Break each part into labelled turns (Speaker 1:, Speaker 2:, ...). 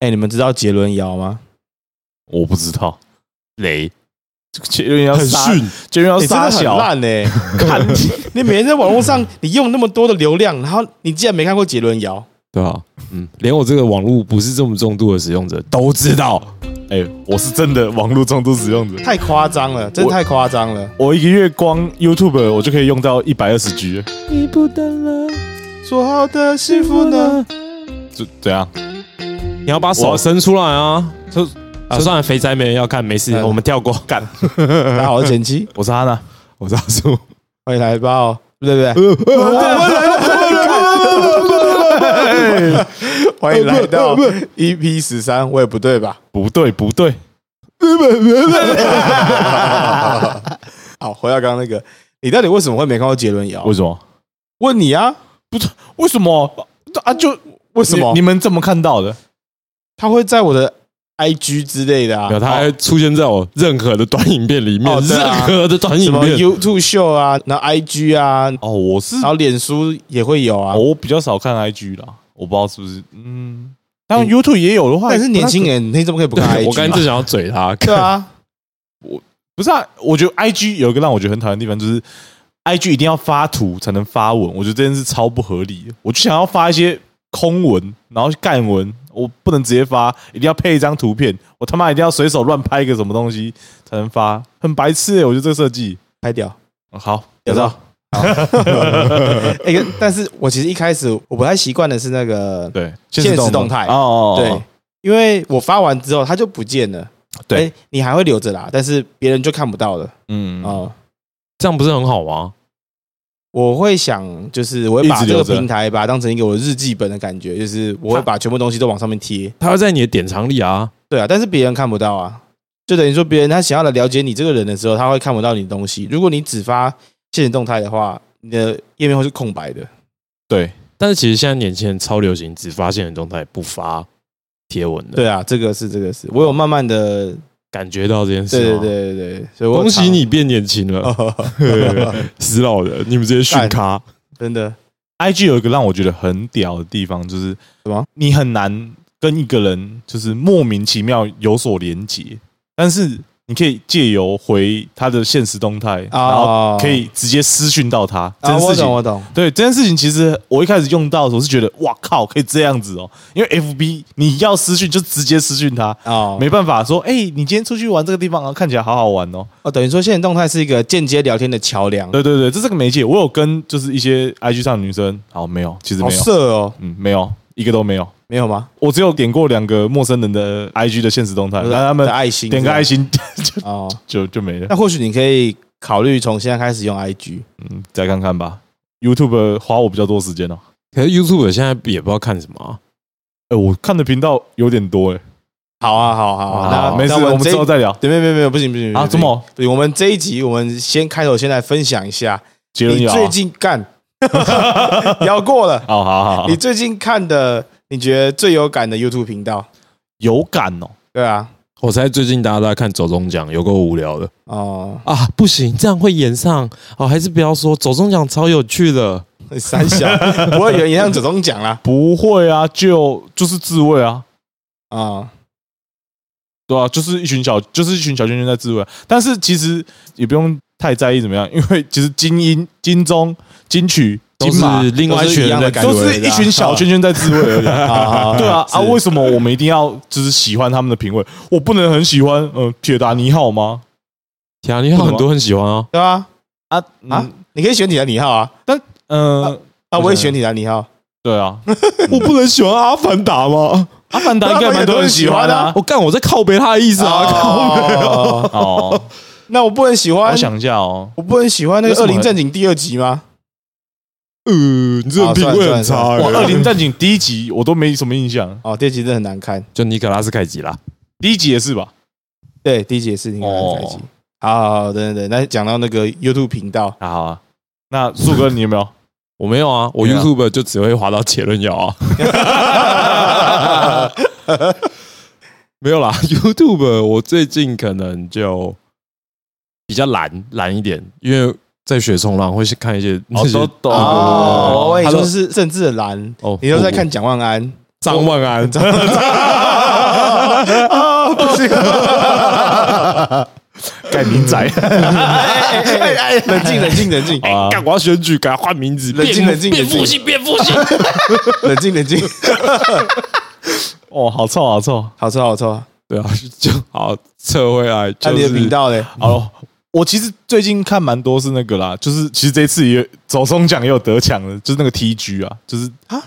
Speaker 1: 哎、你们知道杰伦摇吗？
Speaker 2: 我不知道雷，杰伦要
Speaker 3: 很
Speaker 2: 杀，
Speaker 3: 逊，哎
Speaker 2: 杰伦要
Speaker 1: 你哎真
Speaker 2: 杀
Speaker 1: 的很
Speaker 2: 哦小，
Speaker 1: 烂 呢、
Speaker 2: 看
Speaker 1: 你每天在网络上，你用那么多的流量，然后你竟然没看过杰伦摇，
Speaker 3: 对吧？嗯，连我这个网络不是这么重度的使用者都知道，
Speaker 2: 哎，我是真的网络中度使用者，
Speaker 1: 太夸张了，真的
Speaker 2: 我
Speaker 1: 太夸张了。
Speaker 2: 我一个月光 YouTube 我就可以用到一百二十 G，
Speaker 3: 你不等了，
Speaker 1: 说好的幸福呢？？
Speaker 2: 就怎样？
Speaker 3: 你要把手
Speaker 2: 我
Speaker 3: 伸出来啊！就啊，算了，肥宅没人要看，没事，
Speaker 1: 嗯
Speaker 3: 我们跳过。干，
Speaker 1: 大家好，我是前妻，
Speaker 2: 哎我是他呢，
Speaker 3: 我是阿叔，
Speaker 1: 欢迎来吧，对 不对？欢迎来到
Speaker 2: 哎
Speaker 1: EP 十三，我也不对 吧？
Speaker 2: 不对不对，
Speaker 1: 好，回到刚刚那个，你到底为什么会没看过杰伦摇
Speaker 2: 为？什么？
Speaker 1: 问你啊，
Speaker 2: 为什么啊？就
Speaker 1: 为什么
Speaker 2: 你你们怎么看到的？
Speaker 1: 他会在我的 IG 之类的啊
Speaker 3: 然后？他还出现在我任何的短影片里面
Speaker 1: 哦，对
Speaker 3: 任
Speaker 1: 啊
Speaker 3: 何的短
Speaker 1: 什
Speaker 3: 影
Speaker 1: 么
Speaker 3: 片。
Speaker 1: YouTube 秀啊，然后 IG 啊，
Speaker 2: 哦，我是
Speaker 1: 然后脸书也会有
Speaker 3: 哦
Speaker 1: 啊。
Speaker 2: 我比较少看 IG 啦，我不知道是不是嗯，当然 YouTube 也有的话，
Speaker 1: 但是年轻人，你怎么可以不看 IG？
Speaker 3: 我刚才
Speaker 1: 啊
Speaker 3: 正想要嘴他，
Speaker 1: 对啊，
Speaker 2: 不是啊，我觉得 I G 有一个让我觉得很讨厌的地方，就是 I G 一定要发图才能发文，我觉得这件事超不合理的。我就想要发一些空文，然后干文，我不能直接发，一定要配一张图片，我他妈一定要随手乱拍一个什么东西才能发，很白痴欸诶、我觉得这个设计。
Speaker 1: 拍掉。
Speaker 2: 嗯好，
Speaker 1: 有照。哎、欸，但是我其实一开始我不太习惯的是那个
Speaker 2: 对，
Speaker 1: 现实动态
Speaker 2: 哦哦，哦
Speaker 1: 对，，因为我发完之后它就不见了。
Speaker 2: 对
Speaker 1: 欸你还会留着啦，但是别人就看不到了
Speaker 2: 嗯，
Speaker 1: 哦。
Speaker 3: 这样不是很好吗？
Speaker 1: 我会想，就是我会把
Speaker 2: 一直
Speaker 1: 这
Speaker 2: 留
Speaker 1: 个
Speaker 2: 着
Speaker 1: 平台把它当成一个我日记本的感觉，就是我会把全部东西都往上面贴。
Speaker 3: 他要在你的典藏里啊，
Speaker 1: 对啊，但是别人看不到啊，就等于说别人他想要来了解你这个人的时候，他会看不到你的东西。如果你只发现实动态的话，你的页面会是空白的。
Speaker 2: 对，
Speaker 3: 但是其实现在年轻人超流行，只发现人动态不发贴文的，
Speaker 1: 对啊，这个是这个是，我有慢慢的
Speaker 3: 感觉到这件事。
Speaker 1: 对对，对对对，所以我哦
Speaker 3: 恭喜
Speaker 1: 常
Speaker 3: 你变年轻了，死老人，你们直接训咖。
Speaker 1: 真的
Speaker 2: I G 有一个让我觉得很屌的地方，就是
Speaker 1: 什么？
Speaker 2: 你很难跟一个人就是莫名其妙有所连结，但是你可以借由回他的现实动态，然后
Speaker 1: 啊，
Speaker 2: 可以直接私讯到他。这
Speaker 1: 啊，
Speaker 2: 件
Speaker 1: 我
Speaker 2: 事
Speaker 1: 懂
Speaker 2: 情，
Speaker 1: 我懂，
Speaker 2: 对这件事情，其实我一开始用到的时候是觉得，哇靠，可以这样子哦，因为 F B 你要私讯就直接私讯他，
Speaker 1: 哦，
Speaker 2: 没办法说，哎，你今天出去玩这个地方啊，看起来好好玩哦。
Speaker 1: 哦，等于说现实动态是一个间接聊天的桥梁，
Speaker 2: 对对对，这是个媒介。我有跟就是一些 I G 上的女生，好没有，其实
Speaker 1: 好
Speaker 2: 没有，
Speaker 1: 色哦，
Speaker 2: 嗯，没有，一个都没有。
Speaker 1: 没有吗？
Speaker 2: 我只有点过两个陌生人的 IG 的现实动态，
Speaker 1: 就是
Speaker 2: 让啊他
Speaker 1: 的
Speaker 2: 们
Speaker 1: 呃爱心，
Speaker 2: 点个爱心 就
Speaker 1: 哦，
Speaker 2: 就就没了。
Speaker 1: 那或许你可以考虑从现在开始用 IG，
Speaker 2: 嗯，再看看吧。YouTube 花我比较多时间哦。
Speaker 3: 可是 YouTube 现在也不知道看什么啊、
Speaker 2: 哎，我看的频道有点多哎。
Speaker 1: 好啊，好啊好啊，
Speaker 2: 啊，
Speaker 1: 那
Speaker 2: 没事，
Speaker 1: 那
Speaker 2: 我们
Speaker 1: 这
Speaker 2: 之后再聊。
Speaker 1: 对，没有没有没有，不行不行
Speaker 2: 啊，这？么
Speaker 1: 不行不行我们这一集，我们先开头先来分享一下，
Speaker 2: 杰伦
Speaker 1: 你
Speaker 2: 有啊？
Speaker 1: 最近干 聊过了，
Speaker 2: 好好好，好
Speaker 1: 你最近看的，你觉得最有感的 YouTube 频道？
Speaker 2: 有感哦。
Speaker 1: 对啊，
Speaker 3: 我猜最近大家都在看走中奖，有够无聊的
Speaker 1: 哦，
Speaker 3: 啊！不行，这样会延上哦，还是不要说走中奖超有趣的。
Speaker 1: 三小 不会有人像左宗讲啦
Speaker 2: 不会啊，就就是自慰啊，
Speaker 1: 啊，
Speaker 2: 对啊，就是一群小，就是一群小圈圈在自慰啊。但是其实也不用太在意怎么样，因为其实金音、金钟、金曲、
Speaker 3: 都
Speaker 2: 金
Speaker 3: 是
Speaker 2: 马
Speaker 3: 另外一群人在
Speaker 1: 感
Speaker 3: 看
Speaker 1: 觉
Speaker 2: 都是一群小圈圈在自慰 而已啊。
Speaker 1: 啊
Speaker 2: 对啊啊！为
Speaker 1: 我
Speaker 2: 什么我们一定要就是喜欢他们的品味？我不能很喜欢嗯铁达尼号吗？
Speaker 3: 铁啊，你好，很多人喜欢啊。
Speaker 1: 对啊
Speaker 2: 啊
Speaker 1: 啊
Speaker 2: 啊，
Speaker 1: 你可以选铁达尼号啊，
Speaker 2: 嗯，
Speaker 1: 啊，我也选铁达尼号，
Speaker 2: 对啊，
Speaker 3: 我不能喜欢阿凡达吗？
Speaker 2: 阿凡
Speaker 1: 达应该蛮多人喜欢的啊
Speaker 3: 我哦干，我在靠背他的意思啊！靠背
Speaker 1: 哦，
Speaker 2: 哦，
Speaker 1: 那我不能喜欢
Speaker 2: 我，想一下哦，
Speaker 1: 我不能喜欢那个《恶灵战警》第二集吗？
Speaker 3: 呃，你这人品味很差、欸。
Speaker 2: 哇，《恶灵战警》第一集我都没什么印象，
Speaker 1: 哦，第二集真的很难看，
Speaker 3: 就尼可拉斯凯奇啦。
Speaker 2: 第一集也是吧？
Speaker 1: 对，第一集也是你看第一集
Speaker 2: 哦。
Speaker 1: 好好好，等等等，那讲到那个 YouTube 频道，
Speaker 2: 啊，好啊，那树哥你有 没有？
Speaker 3: 我没有啊，我
Speaker 2: 没有啊
Speaker 3: YouTube 就只会滑到杰伦摇啊。 没有啦，YouTube 我最近可能就比较懒懒一点，因为在学冲浪会去看一些嗯那些
Speaker 2: 都懂
Speaker 1: 哦，我以
Speaker 3: 他
Speaker 1: 为
Speaker 3: 说
Speaker 1: 就是政治的蓝，
Speaker 3: 哦
Speaker 1: 你都在
Speaker 3: 我
Speaker 1: 看蒋万安，
Speaker 3: 张万安，
Speaker 1: 啊
Speaker 2: 改名仔，
Speaker 1: 哎哎哎冷静冷静冷静
Speaker 3: 哎、干我要选举，赶快换名字，
Speaker 1: 冷静
Speaker 3: 变
Speaker 1: 冷静
Speaker 3: 变
Speaker 1: 冷静
Speaker 3: 复姓，变复姓。
Speaker 1: 冷静冷静，
Speaker 2: 哦，好臭，好臭。
Speaker 1: 好臭好臭啊！
Speaker 3: 对啊，就好撤回来。
Speaker 1: 那
Speaker 3: 就
Speaker 1: 你的
Speaker 3: 是
Speaker 1: 频道嘞？
Speaker 2: 好了，我其实最近看蛮多是那个啦，就是其实这次也走中奖也有得奖的，就是那个 TG 啊，就是
Speaker 1: 啊，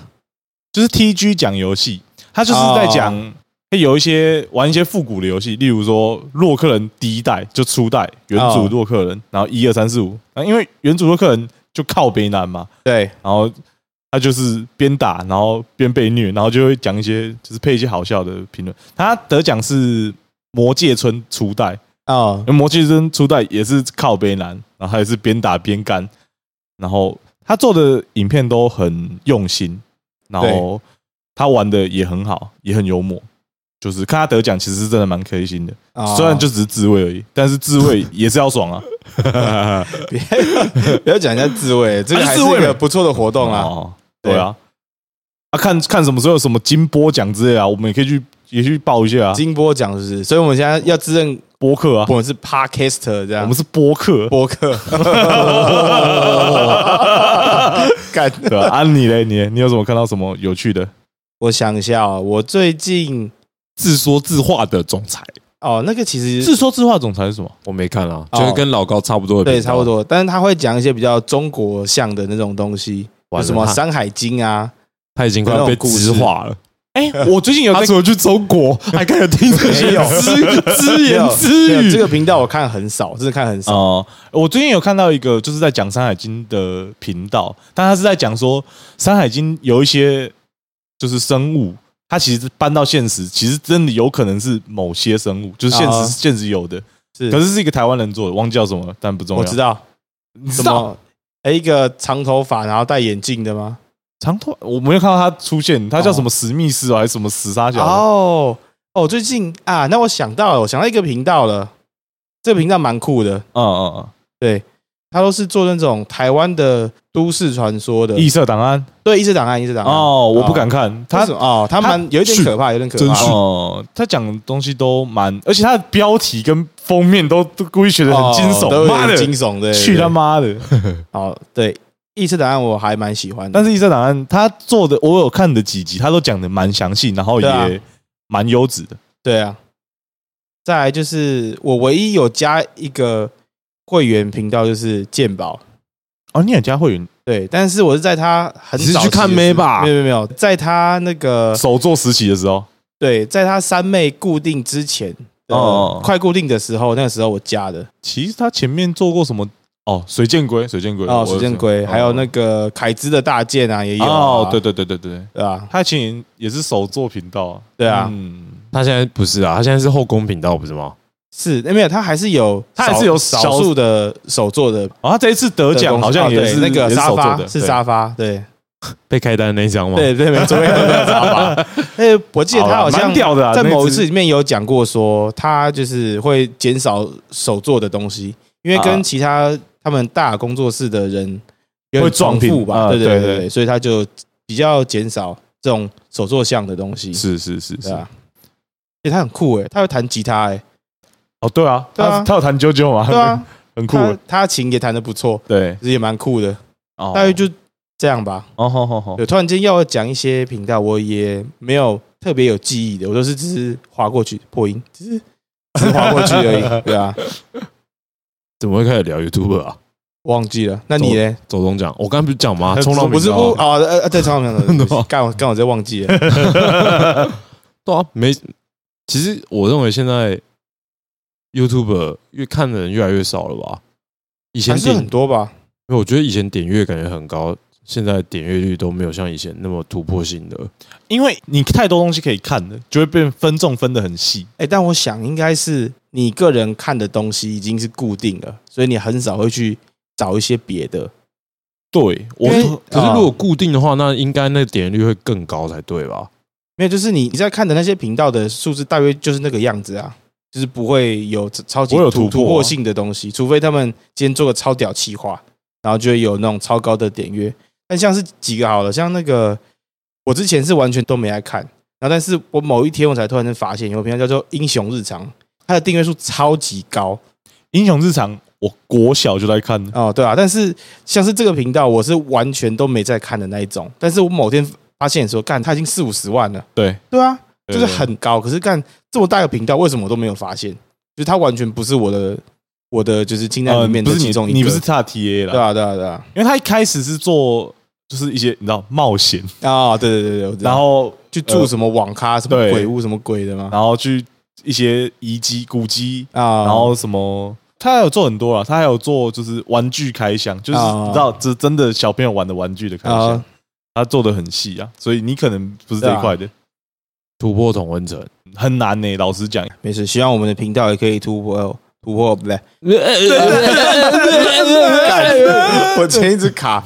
Speaker 2: 就是 TG 讲游戏，他就是在讲、
Speaker 1: 哦
Speaker 2: 欸有一些玩一些复古的游戏，例如说洛克人第一代就初代原主
Speaker 1: 哦
Speaker 2: 洛克人，然后一二三四五，啊因为原主洛克人就靠北南嘛，
Speaker 1: 对，
Speaker 2: 然后他就是边打，然后边被虐，然后就会讲一些就是配一些好笑的评论。他得奖是《魔界村》初代，
Speaker 1: 哦，
Speaker 2: 《魔界村》初代也是靠背男，然后他也是边打边干，然后他做的影片都很用心，然后他玩的也很好，也很幽默。就是看他得奖，其实是真的蛮开心的。
Speaker 1: 哦
Speaker 2: 虽然就只是自慰而已，但是自慰也是要爽 啊！
Speaker 1: 别不要讲一下自慰，这个
Speaker 2: 啊
Speaker 1: 还
Speaker 2: 自
Speaker 1: 是
Speaker 2: 慰
Speaker 1: 一个
Speaker 2: 嘛
Speaker 1: 不错的活动啦。
Speaker 2: 哦，对啊，啊，看看什么时候有什么金波奖之类啊，我们也可以去也去报一下啊，
Speaker 1: 金波奖是不是？所以我们现在要自认
Speaker 2: 播客啊，
Speaker 1: 我们是 podcaster 这
Speaker 2: 我
Speaker 1: 样
Speaker 2: 们，是播客，
Speaker 1: 播客。干，
Speaker 2: 对啊，啊你嘞，你嘞你有什么看到什么有趣的？
Speaker 1: 我想一下哦，我最近
Speaker 3: 自说自话的总裁，
Speaker 1: 哦，那个其实
Speaker 2: 自说自话总裁是什么？
Speaker 3: 我没看啊，
Speaker 1: 哦
Speaker 3: 就是跟老高差不多的，
Speaker 1: 对，差不。多，但是他会讲一些比较中国像的那种东西，有
Speaker 3: 完了
Speaker 1: 什么《
Speaker 3: 他
Speaker 1: 山海经》啊，
Speaker 3: 他已经快要被
Speaker 1: 那种故事
Speaker 3: 知化了。
Speaker 2: 哎，我最近有
Speaker 3: 他
Speaker 2: 在
Speaker 3: 除了去中国，还开始听这些
Speaker 1: 没有
Speaker 3: 只只
Speaker 1: 没
Speaker 3: 言
Speaker 1: 有
Speaker 3: 之
Speaker 1: 这
Speaker 3: 语。
Speaker 1: 个频道我看很少，真的看很少。
Speaker 2: 哦，我最近有看到一个就是在讲《山海经》的频道，但他是在讲说《山海经》有一些就是生物，它其实搬到现实，其实真的有可能是某些生物，就是现实、
Speaker 1: 啊
Speaker 2: 现实有的，
Speaker 1: 是，
Speaker 2: 可是是一个台湾人做的，忘记叫什么了，但不重要。
Speaker 1: 我知道，
Speaker 2: 你
Speaker 1: 什么？哎，一个长头发然后戴眼镜的吗？
Speaker 2: 长头，我没有看到他出现，他叫什么史密斯哦，还是什么史沙小？
Speaker 1: 哦哦，最近啊，那我想到了，我想到一个频道了，这个频道蛮酷的，
Speaker 2: 嗯嗯
Speaker 1: 对，他都是做那种台湾的都市传说的
Speaker 2: 嗯，，异色档案
Speaker 1: 对，异事档案，异事档案。
Speaker 2: 哦，我不敢看
Speaker 1: 他
Speaker 2: 他
Speaker 1: 哦，他蛮有一点
Speaker 2: 是
Speaker 1: 可怕，有点可
Speaker 3: 真
Speaker 1: 怕
Speaker 3: 是。
Speaker 2: 哦，他讲的东西都蛮，而且他的标题跟封面都都故意选的很惊
Speaker 1: 哦都有
Speaker 2: 悚，妈
Speaker 1: 点惊
Speaker 2: 的，
Speaker 1: 悚的，
Speaker 2: 去他 妈的！
Speaker 1: 哦，对，异次档案我还蛮喜欢的，
Speaker 2: 但是异色档案他做的，我有看的几集，他都讲的蛮详细，然后
Speaker 1: 对啊
Speaker 2: 也蛮优质的。
Speaker 1: 对啊。再来就是我唯一有加一个会员频道，就是鉴宝。
Speaker 2: 哦，你有加会员
Speaker 1: 对，但是我是在他很
Speaker 3: 你是
Speaker 1: 早
Speaker 3: 去
Speaker 1: 期
Speaker 3: 看
Speaker 1: 的
Speaker 3: 妹
Speaker 1: 时候
Speaker 3: 吧
Speaker 1: 没有没有没有，在他那个
Speaker 2: 手做实习的时候，
Speaker 1: 对，在他三妹固定之前，
Speaker 2: 哦
Speaker 1: 哦，快固定的时候，那个时候我加的
Speaker 2: 其实他前面做过什么？哦，水箭龟，水箭龟，
Speaker 1: 哦，
Speaker 2: 我
Speaker 1: 水箭
Speaker 2: 有
Speaker 1: 龟，还有那个
Speaker 2: 个
Speaker 1: 凯兹的大剑啊，也有
Speaker 2: 哦
Speaker 1: 啊，
Speaker 2: 对对对对对，
Speaker 1: 对啊，
Speaker 2: 他其实也是手作频道啊，
Speaker 1: 对啊
Speaker 2: 嗯，
Speaker 3: 他现在不是啊，他现在是后宫频道不是吗？
Speaker 1: 是那没有，他还是有少，
Speaker 2: 他还是有
Speaker 1: 少
Speaker 2: 少
Speaker 1: 数的手做的
Speaker 2: 哦，他这一次得
Speaker 1: 的
Speaker 2: 奖
Speaker 1: 公司
Speaker 2: 好像
Speaker 1: 哦
Speaker 2: 也
Speaker 1: 对
Speaker 2: 是
Speaker 1: 那个
Speaker 2: 也
Speaker 1: 沙
Speaker 2: 手做
Speaker 1: 发
Speaker 2: 的，
Speaker 1: 是
Speaker 2: 对
Speaker 1: 沙发，对
Speaker 3: 被开单的那一张吗？
Speaker 1: 对对，没错，没有没有沙发。 哎，我记得他
Speaker 2: 啦
Speaker 1: 好像
Speaker 2: 蛮屌的啊
Speaker 1: 在
Speaker 2: 那
Speaker 1: 某一
Speaker 2: 只
Speaker 1: 次里面有讲过，说他就是会减少手做的东西，因为跟
Speaker 2: 啊
Speaker 1: 其他他们大工作室的人有
Speaker 2: 会
Speaker 1: 点重
Speaker 2: 撞
Speaker 1: 复
Speaker 2: 频
Speaker 1: 吧？
Speaker 2: 啊
Speaker 1: 对对
Speaker 2: 对
Speaker 1: 对
Speaker 2: 对
Speaker 1: 对，所以他就比较减少这种手做项的东西，
Speaker 2: 是是是
Speaker 1: 对
Speaker 2: 是，
Speaker 1: 啊。哎，他很酷诶，他会弹吉他诶，
Speaker 2: 哦对啊，
Speaker 1: 对啊
Speaker 2: 他他有弹啾啾嘛，
Speaker 1: 对啊，
Speaker 2: 很酷，欸
Speaker 1: 他他琴也弹得不错，
Speaker 2: 对，
Speaker 1: 其实也蛮酷的，
Speaker 2: 哦
Speaker 1: 大约就这样吧。
Speaker 2: 哦好好好，
Speaker 1: 对，突然间要我讲一些频道，我也没有特别有记忆的，我都是只是划过去破音，只是只是划过去而 已，对啊，
Speaker 3: 怎么会开始聊 YouTube 啊？
Speaker 1: 忘记了。那你呢？
Speaker 3: 走中奖，我刚才不是讲
Speaker 2: 啊
Speaker 3: 吗？冲浪
Speaker 1: 不
Speaker 3: 频
Speaker 1: 是
Speaker 3: 道啊
Speaker 1: 不哦，呃，呃对，超长
Speaker 3: 真的
Speaker 1: 的
Speaker 3: 吗，
Speaker 1: 干我干我在忘记了，
Speaker 3: 对啊，没。其实我认为现在 YouTube 越看的人越来越少了吧？以前
Speaker 1: 还是
Speaker 3: 点，
Speaker 1: 很
Speaker 3: 因
Speaker 1: 多吧？
Speaker 3: 为我觉得以前点阅感觉很高，现在点阅率都没有像以前那么突破性的。
Speaker 2: 因为你太多东西可以看了，就会变分众分的很细，
Speaker 1: 哎，但我想应该是你个人看的东西已经是固定了，所以你很少会去找一些别的。
Speaker 2: 对
Speaker 3: 我
Speaker 1: 因为
Speaker 3: 可是
Speaker 1: 啊
Speaker 3: 如果固定的话，那应该那点阅率会更高才对吧？
Speaker 1: 没有，就是你你在看的那些频道的数字大约就是那个样子啊，就是不会有超级
Speaker 2: 不会有
Speaker 1: 突
Speaker 2: 突破啊
Speaker 1: 破性的东西，除非他们今天做个超屌企划，然后就会有那种超高的点阅。但像是几个好了，像那个我之前是完全都没爱看，然后但是我某一天我才突然间发现，有个频道叫做《英雄日常》，它的订阅数超级高
Speaker 2: 英雄日常，我国小就在看，
Speaker 1: 哦，对啊，但是像是这个频道，我是完全都没在看的那一种，但是我某天发现说，干，它已经四五十万了，
Speaker 2: 对，
Speaker 1: 对啊，就是
Speaker 2: 对
Speaker 1: 很高。可是干这么大个频道，为什么我都没有发现？就是它完全不是我的我的就是清单
Speaker 2: 呃，
Speaker 1: 里面
Speaker 2: 不
Speaker 1: 的
Speaker 2: 是
Speaker 1: 其中一个，
Speaker 2: 你，你不是他的 TA
Speaker 1: 对
Speaker 2: 啦，
Speaker 1: 啊对啊对啊
Speaker 2: 因为他一开始是做就是一些你知道冒险，
Speaker 1: 啊，对对对对，我知道
Speaker 2: 然后
Speaker 1: 去住什么网咖、什么
Speaker 2: 对
Speaker 1: 鬼屋、什么鬼的吗？
Speaker 2: 然后去一些遗迹古迹，
Speaker 1: 啊，
Speaker 2: 然后什么。他还有做很多了，他还有做就是玩具开箱，就是
Speaker 1: 啊
Speaker 2: 你知道，这真的小朋友玩的玩具的开箱
Speaker 1: 啊，，
Speaker 2: 他做的很细啊，所以你可能不是这一块的，
Speaker 3: 突破同温层，
Speaker 2: 很难呢。老实讲，
Speaker 1: 没事，希望我们的频道也可以突破突 破， 不对，干我前一直卡，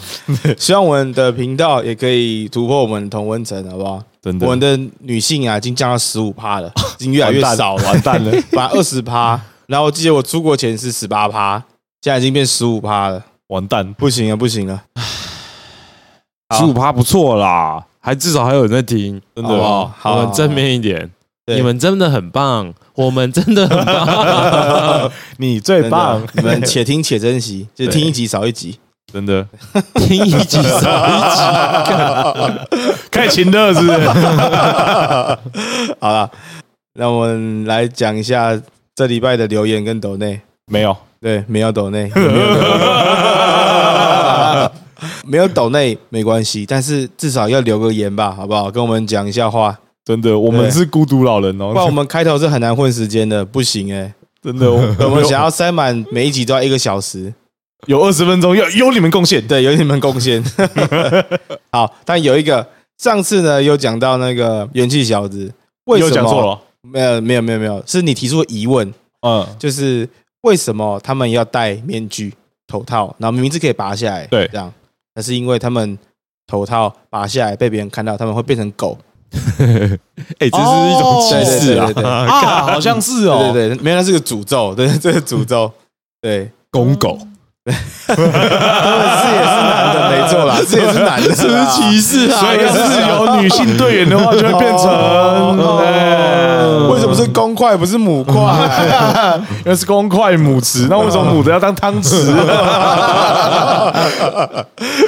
Speaker 1: 希望我们的频道也可以突破我们的同温层，好不好？
Speaker 2: 真的
Speaker 1: 我们的女性啊，已经降到十五趴了，已经越来
Speaker 2: 完
Speaker 1: 越
Speaker 2: 蛋
Speaker 1: 少了，
Speaker 2: 完蛋了。
Speaker 1: 本来二十趴，然后我记得我出国前是十八趴，现在已经变十五趴了，
Speaker 2: 完蛋，
Speaker 1: 不行了，不行了，好
Speaker 3: 十五趴不错啦，还至少还有人在听，
Speaker 2: 真
Speaker 1: 好
Speaker 2: 的
Speaker 1: 不好啊
Speaker 3: 好，我们正面一点，
Speaker 1: 对
Speaker 3: 你们真的很棒，我们真的很 棒，
Speaker 2: 你最棒，
Speaker 1: 真的你们且听且珍惜，就
Speaker 2: 对
Speaker 1: 听一集少一 集。
Speaker 2: 真的
Speaker 3: 听一集 少一集。
Speaker 2: 开始情乐是不 是？
Speaker 1: 好了，那我们来讲一下这礼拜的留言跟抖内。
Speaker 2: 没有，
Speaker 1: 对，没有抖内，也没有抖内 没有抖内没关系，但是至少要留个言吧，好不好？跟我们讲一下话，
Speaker 2: 真的，我们
Speaker 1: 对
Speaker 2: 是孤独老人
Speaker 1: 不然我
Speaker 2: 哦，
Speaker 1: 们开头是很难混时间的，不行哎、
Speaker 2: 真的，我
Speaker 1: 我们想要塞满每一集都要一个小时，
Speaker 2: 有二十分钟要有你们贡献，
Speaker 1: 对，有你们贡献。 好，但有一个上次呢有讲到那个元气小子，为什
Speaker 2: 又
Speaker 1: 么？
Speaker 2: 讲错了
Speaker 1: 没有没有没有没有，是你提出的疑问，
Speaker 2: 哦，嗯，
Speaker 1: 就是为什么他们要戴面具、头套，然后明明是可以拔下来，
Speaker 2: 对
Speaker 1: 这样，那是因为他们头套拔下来被别人看到，他们会变成狗。
Speaker 3: 哎，这是一种歧视
Speaker 1: 哦对对对对对
Speaker 3: 啊！
Speaker 2: 啊， 好像是哦，
Speaker 1: 对对对，没有，那是个诅咒，对，这是诅咒，对，
Speaker 3: 公狗
Speaker 1: 是也是男的，没错 啦，是也是男的啦，
Speaker 3: 是不是歧视啊？
Speaker 2: 所以要是有女性队员的话，就会变
Speaker 1: 哦
Speaker 2: 成哎
Speaker 1: 为什么是公筷不是母筷？
Speaker 2: 因为是公筷母匙，那为什么母的要当汤匙？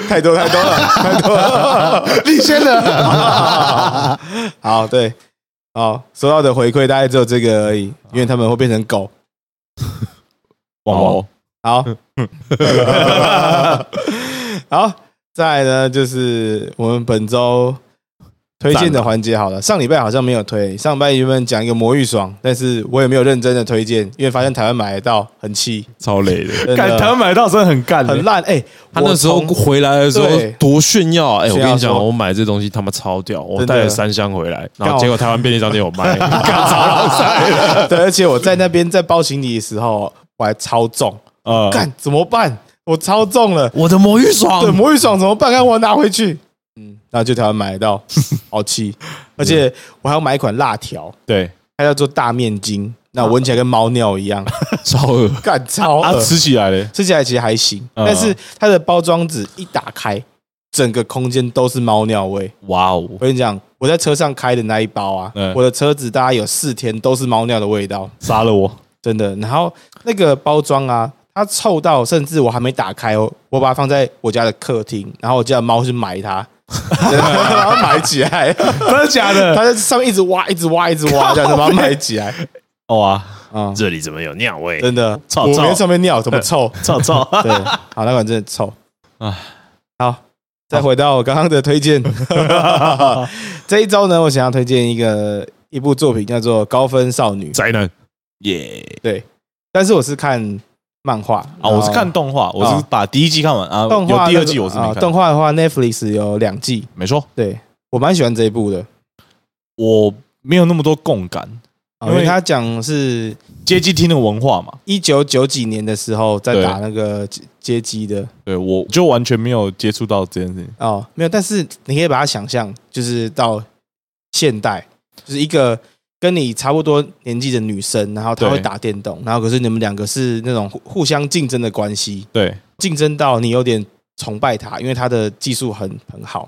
Speaker 1: 太多太多了，太多了，立先的。 好，对，好，收到的回馈大概只有这个而已，因为他们会变成狗。
Speaker 2: 哦，
Speaker 1: 好，
Speaker 2: 嗯
Speaker 1: 好，再来呢，就是我们本周推荐的环节好了。上礼拜好像没有推，上礼拜原本讲一个魔芋爽，但是我也没有认真的推荐，因为发现台湾买得到，很气，
Speaker 3: 超累 的。
Speaker 1: 真
Speaker 2: 干台湾
Speaker 1: 的
Speaker 2: 买到真的很干欸，
Speaker 1: 很烂。哎、
Speaker 3: 他那时候
Speaker 1: 我从
Speaker 3: 回来的时候
Speaker 1: 对
Speaker 3: 多炫耀啊！哎，我
Speaker 1: 炫耀
Speaker 3: 跟你讲，
Speaker 1: 说
Speaker 3: 我买这东西他妈超屌，我
Speaker 1: 真的
Speaker 3: 带了三箱回来，然
Speaker 1: 干我
Speaker 3: 后结果台湾便利商店有 卖， 干超老塞 了。
Speaker 1: 对，而且我在那边在包行李的时候，我还超重，
Speaker 3: 嗯
Speaker 2: 啊
Speaker 1: 干怎么办？我超重了，
Speaker 3: 我的魔芋
Speaker 1: 对，
Speaker 3: 爽，
Speaker 1: 魔芋爽怎么办？看我要拿回去，嗯，然后就台湾买得 到，好气，而且我还要买一款辣条，
Speaker 2: 对，
Speaker 1: 它叫做大面筋，那闻起来跟猫尿一 样，
Speaker 3: 超恶
Speaker 1: 干超
Speaker 2: 啊
Speaker 1: 恶，
Speaker 2: 吃起来嘞，
Speaker 1: 吃起来其实还行，
Speaker 2: 嗯
Speaker 1: 但是它的包装纸一打开，整个空间都是猫尿味。
Speaker 3: 哇哦！
Speaker 1: 我跟你讲，我在车上开的那一包啊，
Speaker 2: 嗯
Speaker 1: 我的车子大概有四天都是猫尿的味道。
Speaker 2: 杀了我，
Speaker 1: 真的。然后那个包装啊，它臭到甚至我还没打开哦，我把它放在我家的客厅，然后我家的猫去埋 它，然后埋起来，
Speaker 2: 真的假的？
Speaker 1: 它在上面一直挖，一直挖，一直挖，这样子把它埋起 来
Speaker 2: 哇，
Speaker 1: 啊、
Speaker 3: 这里怎么有尿味？
Speaker 1: 真的，
Speaker 2: 臭
Speaker 1: 我
Speaker 2: 臭
Speaker 1: 连上面尿怎么臭？
Speaker 2: 操操，
Speaker 1: 对，好，那款真的臭
Speaker 2: 唉
Speaker 1: 啊。好，再回到我刚刚的推 荐，这一周呢，我想要推荐一个一部作品，叫做《高分少女》，
Speaker 3: 宅男耶！
Speaker 1: 但是我是看漫画啊
Speaker 2: 啊，我是看动画，我是把第一季看完啊，
Speaker 1: 动画那
Speaker 2: 有
Speaker 1: 个
Speaker 2: 第二季我是没
Speaker 1: 啊
Speaker 2: 看
Speaker 1: 动，画的话，Netflix 有两季，
Speaker 2: 没错，
Speaker 1: 对我蛮喜欢这一部的，
Speaker 2: 我没有那么多共感，
Speaker 1: 啊
Speaker 2: 因
Speaker 1: 因
Speaker 2: 为
Speaker 1: 为它讲是
Speaker 2: 街机厅的文化嘛，
Speaker 1: 一九九几年的时候在
Speaker 2: 对
Speaker 1: 打那个街街机的
Speaker 2: 对我就完全没有接触到这件事情，
Speaker 1: 哦，没有，但是你可以把它想象就是到现代，就是一个跟你差不多年纪的女生，然后她
Speaker 2: 对
Speaker 1: 会打电动，然后可是你们两个是那种互互相竞争的关系，
Speaker 2: 对，
Speaker 1: 竞争到你有点崇拜她，因为她的技术很很好，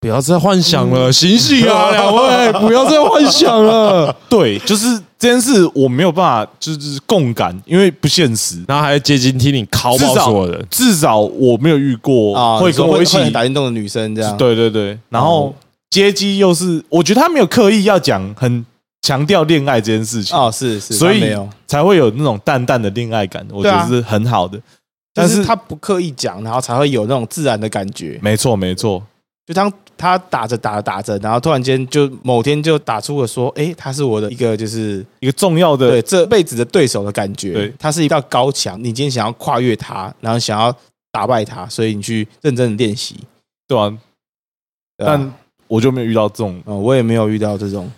Speaker 3: 不要再幻想了，醒醒 啊，两位，不要再幻想
Speaker 1: 呃
Speaker 3: 了。
Speaker 2: 对，就是这件事我没有办法，就是共感，因为不现实。
Speaker 3: 然后还接近听你拷
Speaker 2: 至
Speaker 3: 爆
Speaker 2: 少
Speaker 3: 所有人，
Speaker 2: 至少我没有遇过
Speaker 1: 啊，
Speaker 2: 哦会跟我一起
Speaker 1: 会很打电动的女生这样，
Speaker 2: 对对对，然后
Speaker 1: 哦
Speaker 2: 接机又是，我觉得他没有刻意要讲很强调恋爱这件事情，
Speaker 1: 哦，是是，
Speaker 2: 所
Speaker 1: 她没
Speaker 2: 以
Speaker 1: 有，
Speaker 2: 才会有那种淡淡的恋爱感，我觉
Speaker 1: 对
Speaker 2: 得
Speaker 1: 啊
Speaker 2: 是很好的。但
Speaker 1: 但
Speaker 2: 是
Speaker 1: 是她不刻意讲，然后才会有那种自然的感觉。
Speaker 2: 没错没错，
Speaker 1: 就当她打着打着打着，然后突然间就某天就打出了说，诶，她是我的一个就是
Speaker 2: 一个重要的
Speaker 1: 对啊这辈子的对手的感觉。
Speaker 2: 对
Speaker 1: 它是一道高墙，你今天想要跨越它，然后想要打败它，所以你去认真的练习。
Speaker 2: 对吧、
Speaker 1: 对啊吧
Speaker 2: 但我就没有遇到这种，
Speaker 1: 呃，我也没有遇到这种，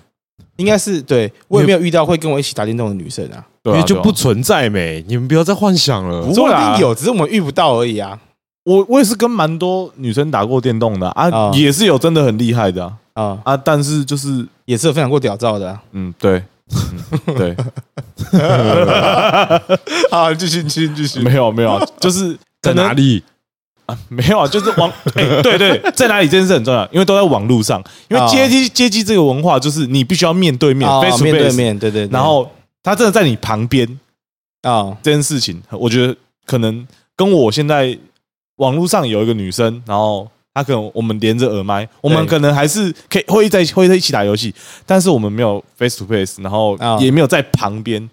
Speaker 1: 应该是对我也没有遇到会跟我一起打电动的女生啊，
Speaker 2: 对
Speaker 3: 因
Speaker 2: 啊
Speaker 3: 为就
Speaker 2: 对啊
Speaker 3: 不存在没，你们不要再幻想了。
Speaker 2: 不会
Speaker 1: 说
Speaker 2: 啊
Speaker 1: 一定有，只是我们遇不到而已啊。
Speaker 2: 我我也是跟蛮多女生打过电动的啊，啊
Speaker 1: 啊
Speaker 2: 也是有真的很厉害的啊
Speaker 1: 啊、
Speaker 2: 啊但是就是
Speaker 1: 也是有分享过屌照的啊。
Speaker 2: 嗯，对，嗯对，
Speaker 1: 好，继续，继续，继续。
Speaker 2: 没有没有，啊就是
Speaker 3: 在哪
Speaker 2: 里？
Speaker 3: 里？
Speaker 2: 没有啊，就是 网，哎对对，在哪里这件事很重要，因为都在网络上。因为
Speaker 1: 哦
Speaker 2: 街机街机这个文化，就是你必须要面对面
Speaker 1: 哦
Speaker 2: face to
Speaker 1: 面对嗯
Speaker 2: face，
Speaker 1: 面，对对。对
Speaker 2: 然后他真的在你旁边
Speaker 1: 哦，
Speaker 2: 这件事情，我觉得可能跟我现在网络上有一个女生，然后她可能我们连着耳麦，我们
Speaker 1: 对
Speaker 2: 可能还是可以会在会在一起打游戏，但是我们没有 face to face，然后
Speaker 1: 哦
Speaker 2: 也没有在旁边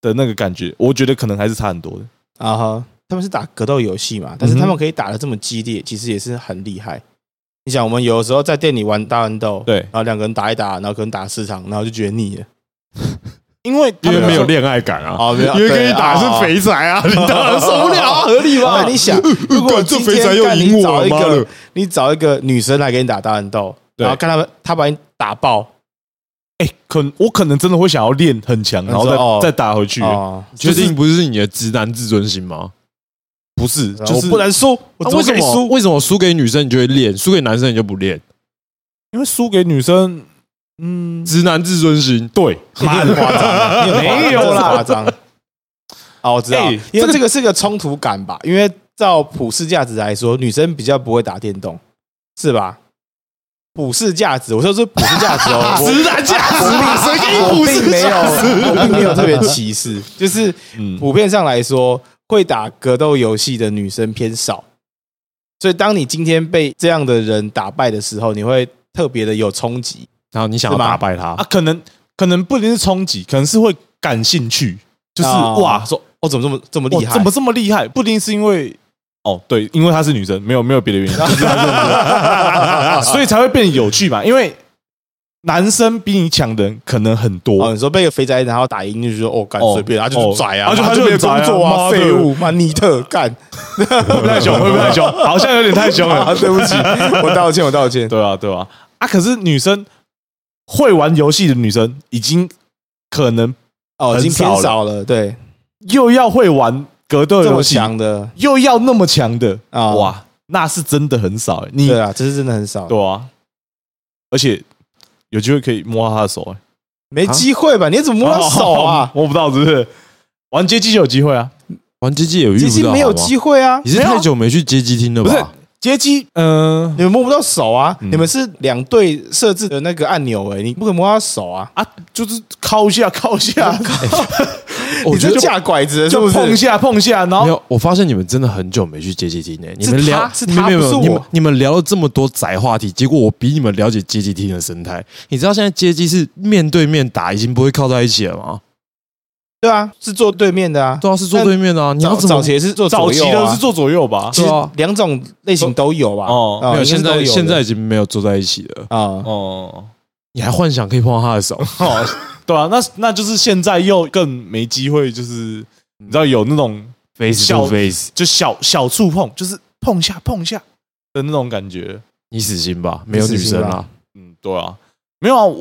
Speaker 2: 的那个感觉，我觉得可能还是差很多的。
Speaker 1: 啊哈，他们是打格斗游戏嘛，但是
Speaker 2: 嗯哼
Speaker 1: 他们可以打的这么激烈，其实也是很厉害。你想，我们有的时候在店里玩大乱斗，
Speaker 2: 对
Speaker 1: 然后两个人打一打，然后可能打四场，然后就觉得腻了。
Speaker 2: 因为他们
Speaker 3: 因为没有
Speaker 2: 说
Speaker 3: 恋爱感啊，
Speaker 1: 哦，没有
Speaker 3: 因为
Speaker 1: 对
Speaker 3: 跟你打
Speaker 1: 哦
Speaker 3: 的是肥宅 啊，你当然受不了啊，合理
Speaker 1: 哇，
Speaker 3: 吧？
Speaker 1: 你想，如果
Speaker 3: 呃干这
Speaker 1: 今
Speaker 3: 肥宅
Speaker 1: 天
Speaker 3: 又
Speaker 1: 干
Speaker 3: 赢
Speaker 1: 你
Speaker 3: 我
Speaker 1: 找一
Speaker 3: 妈
Speaker 1: 个
Speaker 3: 的，
Speaker 1: 你找一个女生来给你打大乱斗，
Speaker 2: 对
Speaker 1: 然后看他们，他把你打爆，
Speaker 2: 哎、可能我可能真的会想要练很强，然后再、
Speaker 1: 你说哦
Speaker 2: 再打回去。
Speaker 1: 哦，
Speaker 3: 确
Speaker 2: 就是
Speaker 3: 定不是你的直男自尊心吗？
Speaker 2: 不是，就
Speaker 1: 我
Speaker 2: 是
Speaker 1: 不能输，我
Speaker 3: 啊
Speaker 1: 怎
Speaker 3: 为
Speaker 1: 么
Speaker 3: 什
Speaker 1: 可以
Speaker 3: 么
Speaker 1: 输？
Speaker 3: 为什么输给女生你就会练，输给男生你就不练？
Speaker 2: 因为输给女生，嗯，
Speaker 3: 直男自尊 心，对，
Speaker 1: 妈的夸张，你很夸张
Speaker 2: 没有
Speaker 1: 真
Speaker 2: 啦
Speaker 1: 的是夸张。哦，我知道
Speaker 2: 哎，
Speaker 1: 因
Speaker 2: 这
Speaker 1: 为
Speaker 2: 个
Speaker 1: 这个是个冲突感吧？因为照普世价值来说，女生比较不会打电动，是吧？普世价值，我说是普世价值哦，我
Speaker 3: 直男价值嘛，谁给你
Speaker 1: 我
Speaker 3: 补
Speaker 1: 并
Speaker 3: 是
Speaker 1: 没有，
Speaker 3: 价值？
Speaker 1: 我并没有特别歧视，就是
Speaker 2: 嗯
Speaker 1: 普遍上来说，会打格斗游戏的女生偏少，所以当你今天被这样的人打败的时候，你会特别的有冲击。
Speaker 3: 然后你想要
Speaker 1: 是吗
Speaker 3: 打败他
Speaker 2: 啊，，可能可能不一定是冲击，可能是会感兴趣，就是、
Speaker 1: 哦
Speaker 2: 哇，说
Speaker 1: 哦，怎么这么这么
Speaker 2: 哇
Speaker 1: 厉害？
Speaker 2: 怎么这么厉害？不一定是因为哦，对，因为她是女生，没有没有别的 原因，就是她是女生 所以才会变得有趣嘛。因为男生比你强的人可能很
Speaker 1: 哦，
Speaker 2: 多，
Speaker 1: 你说被个肥宅然后打赢，就是说哦，干
Speaker 2: 哦
Speaker 1: 随便，他就是拽啊，
Speaker 2: 哦
Speaker 1: 他
Speaker 2: 他就
Speaker 1: 没
Speaker 2: 很
Speaker 1: 有
Speaker 2: 宅
Speaker 1: 工
Speaker 2: 啊
Speaker 1: 作
Speaker 2: 妈
Speaker 1: 啊，
Speaker 2: 的
Speaker 1: 废物，妈尼特干，
Speaker 2: 会不会太 凶？会不会太凶？好像有点太凶了
Speaker 1: 啊，，对不起，我道歉，我道歉。
Speaker 2: 对啊，对啊，啊，可是女生会玩游戏的女生，已经可能
Speaker 1: 哦，已经
Speaker 2: 很
Speaker 1: 偏
Speaker 2: 少
Speaker 1: 少了，对，
Speaker 2: 又要会玩格斗
Speaker 1: 这
Speaker 2: 游
Speaker 1: 么
Speaker 2: 戏，
Speaker 1: 强的
Speaker 2: 又要那么强的，
Speaker 1: 啊，哇，
Speaker 2: 哇，那是真的很少、欸。你
Speaker 1: 对啊，这是真的很少，
Speaker 2: 对啊，而且有机会可以摸到她的手、欸，
Speaker 1: 没机会吧？你怎么摸到手啊？
Speaker 2: 摸不到是不是？玩街机就有机会啊，
Speaker 3: 玩街机也遇
Speaker 1: 其
Speaker 3: 不
Speaker 1: 实
Speaker 3: 到，
Speaker 1: 没有
Speaker 3: 好吗
Speaker 1: 机会啊
Speaker 3: 你，是太久没去街机厅了
Speaker 2: 不是
Speaker 3: 吧？
Speaker 2: 街机，嗯、
Speaker 1: 你们摸不到手啊，
Speaker 2: 嗯
Speaker 1: 你们是两队设置的那个按钮，哎，你不可以摸到手啊，
Speaker 2: 啊，就是敲一下，敲 一下，
Speaker 1: 你
Speaker 3: 我觉
Speaker 1: 这
Speaker 3: 得
Speaker 1: 架拐子了是
Speaker 2: 就
Speaker 1: 不
Speaker 2: 碰一
Speaker 1: 是？
Speaker 2: 下碰一下，然
Speaker 3: 没
Speaker 2: 后
Speaker 3: 有，我发现你们真的很久没去街机厅诶。你们
Speaker 1: 是
Speaker 3: 聊
Speaker 1: 他是他
Speaker 3: 没有没
Speaker 1: 不是我
Speaker 3: 有你们你们聊了这么多宅话题，结果我比你们了解街机厅的生态。你知道现在街机是面对面打，已经不会靠在一起了吗？
Speaker 1: 对啊，是坐对面的啊，
Speaker 3: 对啊，是坐对面的啊。你要
Speaker 1: 早
Speaker 3: 怎
Speaker 1: 早
Speaker 3: 么
Speaker 1: 期？也是坐
Speaker 2: 早
Speaker 1: 左
Speaker 2: 期
Speaker 1: 右
Speaker 2: 的
Speaker 1: 啊
Speaker 2: 是，坐左右吧，
Speaker 1: 其实
Speaker 3: 对啊
Speaker 1: 两种类型都有吧？
Speaker 2: 哦
Speaker 1: 啊
Speaker 3: 没有，现
Speaker 1: 应该是都有
Speaker 3: 在
Speaker 1: 的
Speaker 3: 现在已经没有坐在一起了。
Speaker 1: 啊，
Speaker 2: 哦。
Speaker 3: 你还幻想可以碰到他的手？
Speaker 2: 哦，对啊，那那就是现在又更没机会，就是你知道有那种
Speaker 3: face
Speaker 2: to
Speaker 3: face，
Speaker 2: 就小小触碰，就是碰一下碰一下的那种感觉。
Speaker 3: 你死心吧，没有
Speaker 1: 你
Speaker 3: 女
Speaker 1: 死心
Speaker 3: 生
Speaker 1: 吧
Speaker 3: 啊。
Speaker 2: 嗯，对啊，没有啊，我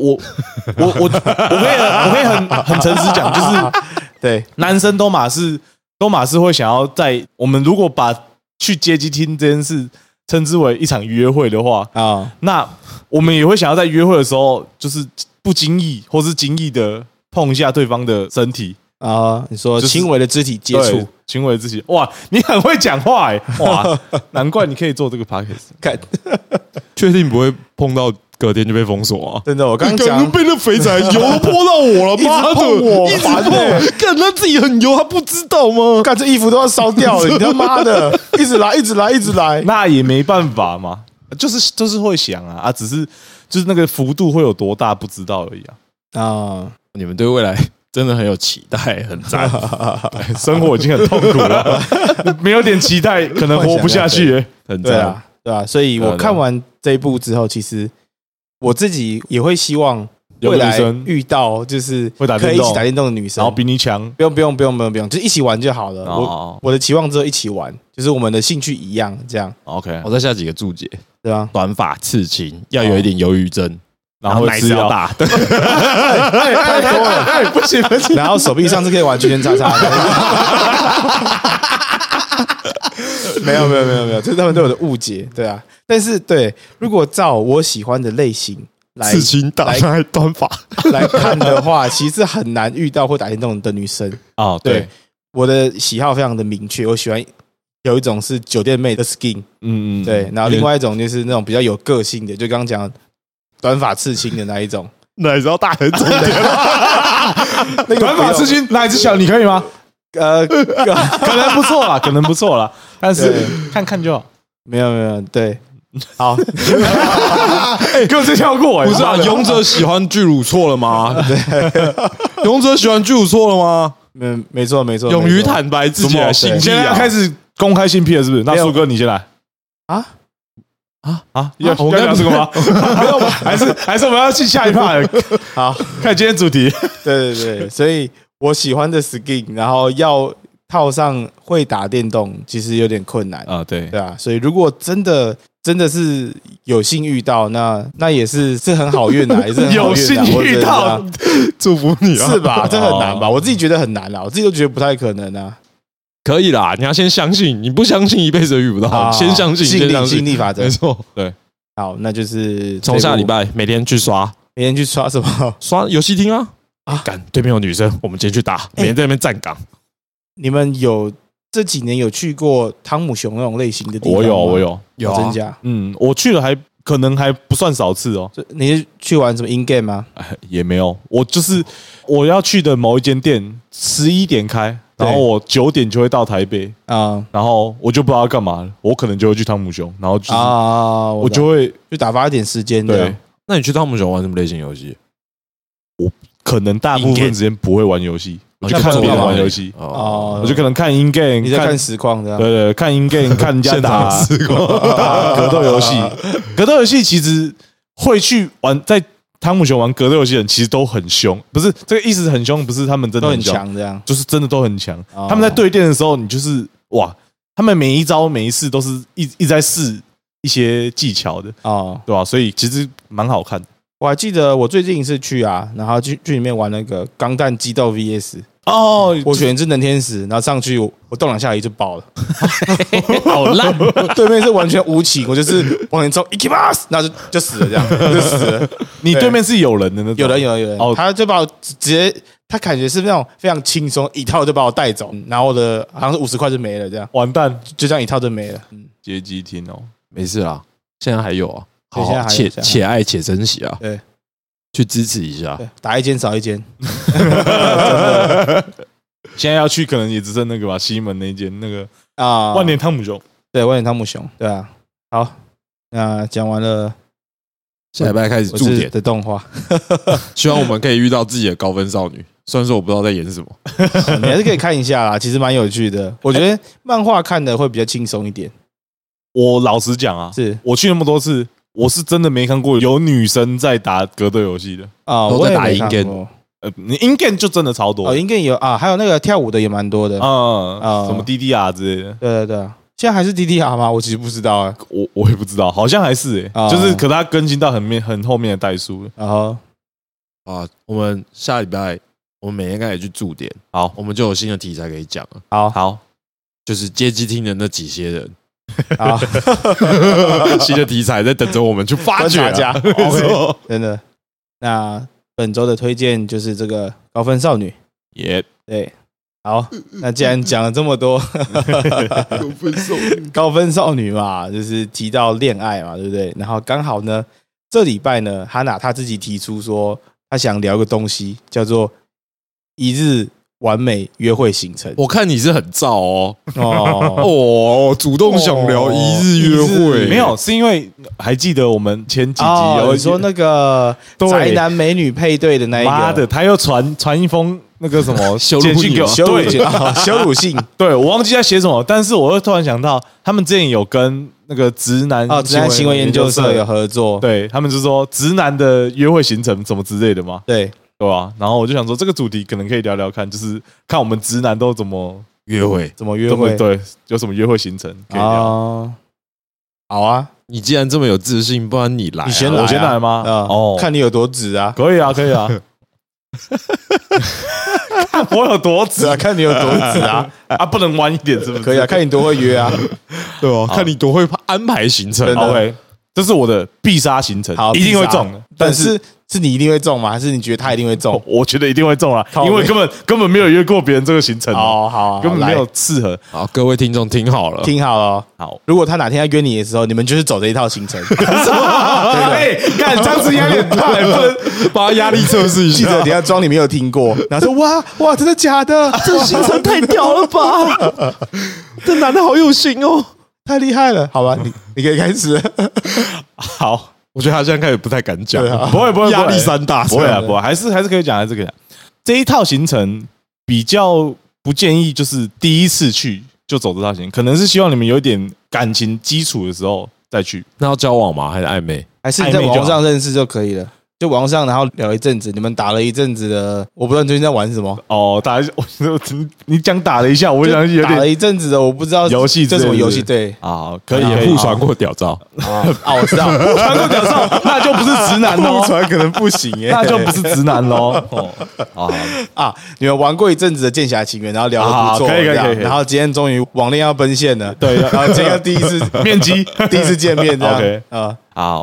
Speaker 2: 我我我可以我可以很很诚实讲，就是
Speaker 1: 对，
Speaker 2: 男生都马是都马是会想要在我们如果把去街机厅这件事称之为一场约会的话，
Speaker 1: 啊，
Speaker 2: 那我们也会想要在约会的时候，就是不经意或是经意的碰一下对方的身体。
Speaker 1: 啊、你说
Speaker 2: 就是
Speaker 1: 轻微的肢体接
Speaker 2: 对
Speaker 1: 触，
Speaker 2: 情为自己，哇，你很会讲话哎、哇，难怪你可以做这个 podcast。
Speaker 1: 看，
Speaker 3: 确定不会碰到隔天就被封锁 啊？
Speaker 1: 真的，我刚
Speaker 3: 干
Speaker 1: 讲
Speaker 3: 被那肥仔油 都泼到我了，
Speaker 1: 直
Speaker 3: 妈的，
Speaker 1: 碰我
Speaker 3: 一直
Speaker 1: 烦欸嗯
Speaker 3: 碰，干他自己很油，他不知道吗？
Speaker 1: 看这衣服都要烧掉了，你他妈的，一直来，一直来，一直来。
Speaker 2: 那也没办法嘛，就是就是会想啊啊，只是就是那个幅度会有多大不知道而已啊。
Speaker 1: 啊，
Speaker 3: 你们对未来真的很有期待，很赞。
Speaker 2: 哎生活已经很痛苦了，没有点期待可能活不下去、欸。
Speaker 3: 很
Speaker 1: 对
Speaker 3: 赞，
Speaker 1: 啊，对啊，所以
Speaker 3: 对啊
Speaker 1: 我
Speaker 3: 对啊
Speaker 1: 看完这一部之后，其实我自己也会希望
Speaker 2: 有
Speaker 1: 未
Speaker 2: 个女
Speaker 1: 来
Speaker 2: 生
Speaker 1: 遇到就是
Speaker 2: 会打电
Speaker 1: 可以一起
Speaker 2: 动
Speaker 1: 打电动的女生
Speaker 2: 然后，比你强，
Speaker 1: 不用不用不用不用不用，就是一起玩就好了。我
Speaker 3: 哦
Speaker 1: 我的期望只有一起玩，就是我们的兴趣一样，这样
Speaker 2: OK，
Speaker 3: 我再下几个注解：？
Speaker 1: 对啊吧
Speaker 3: 短发、刺青，要有一点忧郁症，
Speaker 2: 然后
Speaker 3: 奶
Speaker 2: 吃
Speaker 3: 子要
Speaker 2: 药，
Speaker 3: 大，对，
Speaker 1: 太太多了，
Speaker 2: 哎，不行不行，
Speaker 1: 然后手臂上是可以玩圈圈叉叉的。没有没有没有没有，这是他们对我的误解，对啊。但是对，如果照我喜欢的类型来
Speaker 3: 刺青、大
Speaker 1: 来
Speaker 3: 奶、短发。
Speaker 1: 来看的话，其实很难遇到会打电动的女生。
Speaker 2: 哦，
Speaker 1: 对，，我的喜好非常的明确，我喜欢有一种是酒店妹的 skin，
Speaker 2: 嗯嗯，
Speaker 1: 对，然后另外一种就是那种比较有个性的，就刚刚讲的短发刺青的那一种，
Speaker 3: 奶子要大很重
Speaker 1: 那个
Speaker 2: 短发
Speaker 1: 不用
Speaker 2: 刺青哪一只小你可以吗？
Speaker 1: 呃，
Speaker 2: 可能不错啦，可能不错啦，但是
Speaker 1: 对
Speaker 2: 看看就好。
Speaker 1: 没有没有， 对，好，
Speaker 2: 哎，给我直接跳过，哎
Speaker 3: 不是啊，
Speaker 2: 妈的
Speaker 3: 勇者喜欢巨乳错了吗？勇者喜欢巨乳错了吗？
Speaker 1: 嗯，没错没错，
Speaker 3: 勇于
Speaker 1: 没错
Speaker 3: 坦白自己的性
Speaker 2: 你
Speaker 3: 癖
Speaker 2: 现在要
Speaker 3: 啊！
Speaker 2: 开始公开性癖了，是不是？那
Speaker 1: 没有
Speaker 2: 苏哥你先来
Speaker 1: 啊，
Speaker 2: 啊，要
Speaker 3: 啊我
Speaker 2: 要
Speaker 3: 刚才
Speaker 2: 聊这个吗？ 没有吧？还是还是我们要去下一趴？
Speaker 1: 好，
Speaker 2: 看今天主题，
Speaker 1: 对对对，所以我喜欢的 skin，然后要套上会打电动，其实有点困难，
Speaker 2: 啊，对，
Speaker 1: 对啊，所以如果真的真的是有幸遇到，那那也是是很好运 啊，也是很好
Speaker 2: 有
Speaker 1: 运
Speaker 2: 幸
Speaker 1: 啊我只能
Speaker 2: 遇
Speaker 1: 这
Speaker 2: 到
Speaker 1: 样，
Speaker 3: 祝福你 啊！
Speaker 1: 是 吧？这很难吧？我自己觉得很难啊啦，我自己都觉得不太可能啊。
Speaker 3: 可以啦，你要先相信，你不相信一辈子遇不到，
Speaker 1: 好
Speaker 3: 先相信，
Speaker 1: 吸
Speaker 3: 先
Speaker 1: 引啊力
Speaker 3: 相
Speaker 1: 吸引
Speaker 3: 信，
Speaker 1: 力法则
Speaker 3: 没。错，对。
Speaker 1: 好，那就是
Speaker 3: 从下礼
Speaker 1: 这一部
Speaker 3: 拜每天去刷
Speaker 1: 明天去刷什么？
Speaker 3: 刷游戏厅啊
Speaker 1: 啊
Speaker 3: 啊！干对面有女生，我们今天去打，每天在那边站岗。
Speaker 1: 你们有这几年有去过汤姆熊那种类型的地方？
Speaker 2: 哦我有我，有，
Speaker 1: 有
Speaker 3: 啊
Speaker 1: 真假？
Speaker 2: 嗯，我去了还可能还不算少次哦，
Speaker 1: 这你是去玩什么 in game 吗？
Speaker 2: 哎也没有，我就是我要去的某一间店，十一点开，
Speaker 1: 对
Speaker 2: 然后我九点就会到台北，
Speaker 1: 啊
Speaker 2: 然后我就不知道要干嘛了，我可能就会去汤姆熊，然后就是
Speaker 1: 啊，懂
Speaker 2: 我就会
Speaker 1: 就打发一点时间
Speaker 2: 对
Speaker 1: 的。，
Speaker 3: 那你去汤姆熊玩什么类型游戏？
Speaker 2: 可能大部
Speaker 3: In-game
Speaker 2: 分时间不会玩游戏，我就
Speaker 1: 那
Speaker 2: 看
Speaker 1: 不
Speaker 2: 别人
Speaker 1: 重要
Speaker 2: 玩游戏，
Speaker 1: 哦
Speaker 2: 我就可能看 in game，
Speaker 1: 你在看啊实况的
Speaker 2: 对对，看 in game，看人家打
Speaker 3: 试过，
Speaker 2: 打格斗游戏，格斗游戏其实会去玩在。汤姆熊玩格斗游戏的人其实都很凶，不是这个意思很凶，不是他们真的
Speaker 1: 都很
Speaker 2: 凶，
Speaker 1: 强这样。
Speaker 2: 就是真的都很强
Speaker 1: 哦。
Speaker 2: 他们在对电的时候，你就是哇，他们每一招每一次都是一一直在试一些技巧的，
Speaker 1: 哦，
Speaker 2: 对吧、所以其实蛮好看的。
Speaker 1: 我还记得我最近一次去啊，然后去去里面玩那个钢弹激斗 VS，
Speaker 2: 哦
Speaker 1: 我选一只能天使，然后上去我我动两下也就爆了，
Speaker 3: 好烂。
Speaker 1: 对面是完全无情，我就是往前冲 i k i m a s 然后就就死了这样，就死了。
Speaker 2: 你对面是有人的那种，
Speaker 1: 有人有人有人，
Speaker 2: 哦
Speaker 1: 他就把我直接，他感觉是那种非常轻松，一套就把我带走，然后我的好像是五十块就没了，这样
Speaker 2: 嗯完蛋，
Speaker 1: 就这样一套就没了。嗯，
Speaker 2: 街机厅哦，
Speaker 3: 没事啦，现在还有啊，好
Speaker 1: 现在
Speaker 3: 好
Speaker 1: 还有
Speaker 3: 且
Speaker 1: 现在还有
Speaker 3: 且爱且珍惜啊，
Speaker 1: 对，
Speaker 3: 去支持一
Speaker 2: 啊
Speaker 3: 下。
Speaker 1: 对，打一间少一间，
Speaker 2: 现在要去可能也只剩那个吧，西门那一间那个
Speaker 1: 啊，
Speaker 2: 万年汤姆熊，
Speaker 1: 对万年汤姆熊，对啊，好，那讲完了
Speaker 3: 下礼拜开始
Speaker 1: 我
Speaker 3: 驻
Speaker 1: 自己
Speaker 3: 点，
Speaker 1: 的动画，
Speaker 3: 希望我们可以遇到自己的高分少女。虽然说我不知道在演什么，
Speaker 1: 你还是可以看一下啦，其实蛮有趣的。我觉得漫画看的会比较轻松一 点，
Speaker 2: 我老实讲啊，
Speaker 1: 是
Speaker 2: 我去那么多次，我是真的没看过有女生在打格斗游戏的。
Speaker 1: 啊，
Speaker 3: 都在
Speaker 1: 我也
Speaker 3: 打
Speaker 1: 没
Speaker 3: in
Speaker 1: 看
Speaker 3: game
Speaker 1: 过
Speaker 2: 呃，你 in game 就真的超多
Speaker 1: 哦，应该有啊，还有那个跳舞的也蛮多的，
Speaker 2: 啊，
Speaker 1: 啊
Speaker 2: 什么 DDR 之类的。
Speaker 1: 对对对啊，现在还是 DDR 吗？我其实不知道啊，
Speaker 2: 我我也不知道，好像还是诶、欸
Speaker 1: 啊
Speaker 2: 就是可它更新到很面很后面的代数了。
Speaker 1: 然后
Speaker 3: 啊，我们下礼拜我们每天开始去驻点，
Speaker 2: 好
Speaker 3: 我们就有新的题材可以讲了，
Speaker 1: 好
Speaker 2: 好，
Speaker 3: 就是街机厅的那几些人，
Speaker 1: 好，
Speaker 3: 新的题材在等着我们去发
Speaker 1: 观
Speaker 3: 掘
Speaker 1: 察
Speaker 3: 啊。
Speaker 1: 家
Speaker 3: 没
Speaker 1: 哦，OK。
Speaker 3: 错
Speaker 1: 真的。那本周的推荐就是这个高分少女，
Speaker 2: 耶、
Speaker 1: 对，好，那既然讲了这么多
Speaker 3: 有分手，
Speaker 1: 高分少女嘛，就是提到恋爱嘛，对不对？然后刚好呢，这礼拜呢，哈娜她自己提出说，她想聊个东西，叫做一日完美约会行程。
Speaker 3: 我看你是很燥 哦，
Speaker 1: 哦，
Speaker 3: 哦，主动想聊一日约
Speaker 1: 对
Speaker 3: 会，
Speaker 2: 没有，是因为还记得我们前 几集
Speaker 1: 哦
Speaker 2: 有
Speaker 1: 你说那个
Speaker 2: 对
Speaker 1: 宅男美女配对的那一个，
Speaker 2: 妈的，他又传传一封那个什么
Speaker 3: 羞辱
Speaker 2: 简讯
Speaker 3: 你
Speaker 2: 给 我，
Speaker 1: 羞辱
Speaker 2: 对
Speaker 1: 性，哦羞辱性
Speaker 2: 对，我忘记在写什么，但是我又突然想到，他们之前有跟那个直男
Speaker 1: 哦，直男行为研究社有合作，
Speaker 2: 对他们就说直男的约会行程什么之类的嘛，
Speaker 1: 对，
Speaker 2: 对吧、然后我就想说，这个主题可能可以聊聊看，就是看我们直男都怎么
Speaker 3: 约会。
Speaker 1: 怎么约
Speaker 2: 怎么
Speaker 1: 会？
Speaker 2: 对，啊有什么约会行程可以聊。
Speaker 1: 哦，好啊，
Speaker 3: 你既然这么有自信，不然你来啊，
Speaker 1: 你先来啊
Speaker 2: 哎我先来吗？
Speaker 1: 啊，
Speaker 2: 哦，
Speaker 1: 看你有多直 啊，
Speaker 2: 可以啊，可以 啊。看我有多直
Speaker 1: 是啊，看你有多直啊，
Speaker 2: 啊，不能弯一点是不 是？
Speaker 1: 可以啊，看你多会约啊。
Speaker 3: 对吧？看你多会安排行程
Speaker 1: 真的
Speaker 3: 哦。
Speaker 2: OK，这是我的必杀行程，
Speaker 1: 好，
Speaker 2: 一定会
Speaker 1: 必杀
Speaker 2: 中的。
Speaker 1: 但
Speaker 2: 但是
Speaker 1: 是是你一定会中吗？还是你觉得他一定会 中？
Speaker 2: 我觉得一定会中啊，
Speaker 1: 靠
Speaker 2: 因为根本根本没有约过别人这个行程啊，
Speaker 1: 哦，好，好
Speaker 2: 根本没有
Speaker 1: 来
Speaker 2: 适合。
Speaker 3: 好，各位听众听好了，
Speaker 1: 听好了哦。
Speaker 2: 好，
Speaker 1: 如果他哪天要约你的时候，你们就是走这一套行程。
Speaker 2: 哎，看张子雅 脸大，不能
Speaker 3: 把压力测试一
Speaker 1: 记者
Speaker 3: 下
Speaker 1: 等一。下装你没有听过，然后说哇哇，真的假的？
Speaker 3: 这行程太屌了吧！ 这男的好有型哦。
Speaker 1: 太厉害了，好吧，你你可以开始了。
Speaker 2: 好，
Speaker 3: 我觉得他现在开始不太敢讲
Speaker 1: 对，啊
Speaker 2: 不会不会，
Speaker 3: 压力
Speaker 2: 不会
Speaker 3: 山大。
Speaker 2: 不会啊，不会，还是还是可以讲，还是可以讲。这一套行程比较不建议，就是第一次去就走这套行程，可能是希望你们有一点感情基础的时候再去。
Speaker 3: 那要交往吗？还是暧昧？
Speaker 1: 还是你在网络上认识就可以了，就网络上然后聊一阵子，你们打了一阵子的，我不知道你最近在玩什么，
Speaker 2: 哦，打一下，我你你讲打了一下，我想有
Speaker 1: 打了
Speaker 2: 点
Speaker 1: 一阵子的，我不知道
Speaker 2: 游戏之
Speaker 1: 这
Speaker 2: 类
Speaker 1: 什
Speaker 2: 的
Speaker 1: 么游戏，对
Speaker 2: 啊，可以
Speaker 3: 啊
Speaker 2: 可以
Speaker 3: 互传过屌照，
Speaker 1: 啊，啊我知道，
Speaker 2: 传过屌照，那就不是直男
Speaker 1: 互
Speaker 2: 喽，
Speaker 1: 传可能不行耶，
Speaker 2: 那就不是直男喽。哦，好好
Speaker 1: 啊，你们玩过一阵子的《剑侠情缘》，然后聊得不错，
Speaker 2: 啊可以可
Speaker 1: 这
Speaker 2: 以
Speaker 1: 样
Speaker 2: 可以可以
Speaker 1: 然后今天终于网恋要奔现了，
Speaker 2: 对
Speaker 1: 然后 今天又第一次
Speaker 2: 面基
Speaker 1: 第一次见面这样
Speaker 2: OK
Speaker 1: 啊，
Speaker 2: 好，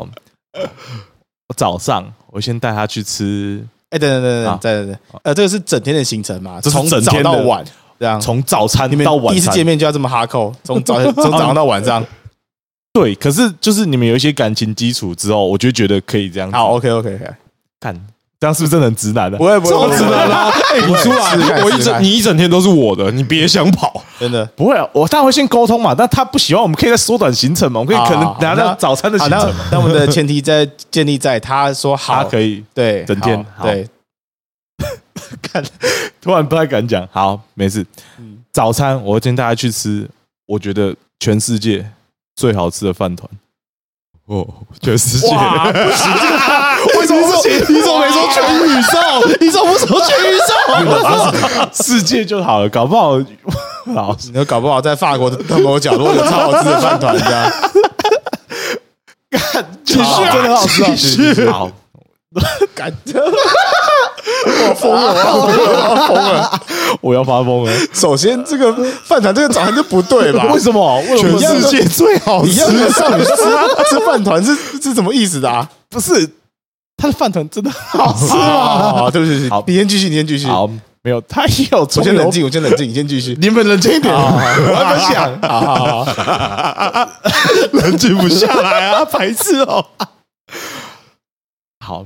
Speaker 2: 我早上我先带他去吃，
Speaker 1: 哎，等等等
Speaker 2: 好
Speaker 1: 等，再等等，呃，这个是整天的行程嘛，
Speaker 2: 啊这是
Speaker 1: 从
Speaker 2: 整
Speaker 1: 早
Speaker 2: 天的
Speaker 1: 到晚这样，
Speaker 2: 从早餐
Speaker 1: 啊你们
Speaker 2: 到晚
Speaker 1: 第一次
Speaker 2: 餐
Speaker 1: 见。面就要这么哈扣，从早从早上到晚上，
Speaker 2: 对，可是就是你们有一些感情基础之后，我就觉得可以这样子。
Speaker 1: 好，OK OK OK，
Speaker 2: 看这样是不是真的很直男的
Speaker 1: 不？会不会，
Speaker 3: 超直男
Speaker 1: 啦，哎，你出
Speaker 3: 我一整你一整天都是我的，你别想跑。
Speaker 1: 真的。
Speaker 2: 不会啊，我当然会先沟通嘛。但他不喜欢，我们可以再缩短行程嘛。我们可以可
Speaker 1: 好好
Speaker 2: 能
Speaker 1: 好
Speaker 2: 拿
Speaker 1: 那
Speaker 2: 到早餐的
Speaker 1: 好，
Speaker 2: 行
Speaker 1: 那
Speaker 2: 程嘛。
Speaker 1: 那我们的前提在建立在他说
Speaker 2: 他
Speaker 1: 好，
Speaker 2: 可以
Speaker 1: 对，
Speaker 2: 整天
Speaker 1: 好
Speaker 2: 好
Speaker 1: 对，
Speaker 2: 突然不太敢讲。好，没事。
Speaker 1: 嗯
Speaker 2: 早餐我今天带他去吃，我觉得全世界最好吃的饭团。
Speaker 3: 哦，全世界，
Speaker 2: 哇，不行，
Speaker 1: 为什么不行？你怎么没说全宇 宙？你怎么不说全宇 宙？
Speaker 2: 世界就好了，搞不好 好
Speaker 1: 你都搞不好在法国的某角落有超好吃的饭团，这 样
Speaker 2: 继续
Speaker 1: 啊
Speaker 2: 真的好吃啊，
Speaker 1: 继
Speaker 2: 继续好。
Speaker 1: 感觉 我疯了，我疯了。
Speaker 2: 我要发疯了！
Speaker 1: 首先，这个饭团这个早餐就不对 吧？
Speaker 2: 为什么？为什么
Speaker 1: 全世界
Speaker 3: 最好
Speaker 1: 你要跟少女吃 吃饭团是是什么意思的啊？
Speaker 2: 不是他的饭团真的好吃
Speaker 1: 是
Speaker 2: 吗？
Speaker 1: 吗？哦对不起，对不
Speaker 2: 好
Speaker 1: 起你先继续，你先继续。
Speaker 2: 好，没有，他也有
Speaker 1: 我
Speaker 2: 葱
Speaker 1: 先冷
Speaker 2: 油，
Speaker 1: 静，我先冷静，你先继续。
Speaker 2: 你们冷静一点，
Speaker 1: 我还没想，好好好，
Speaker 2: 冷静不下来啊，白痴哦！好，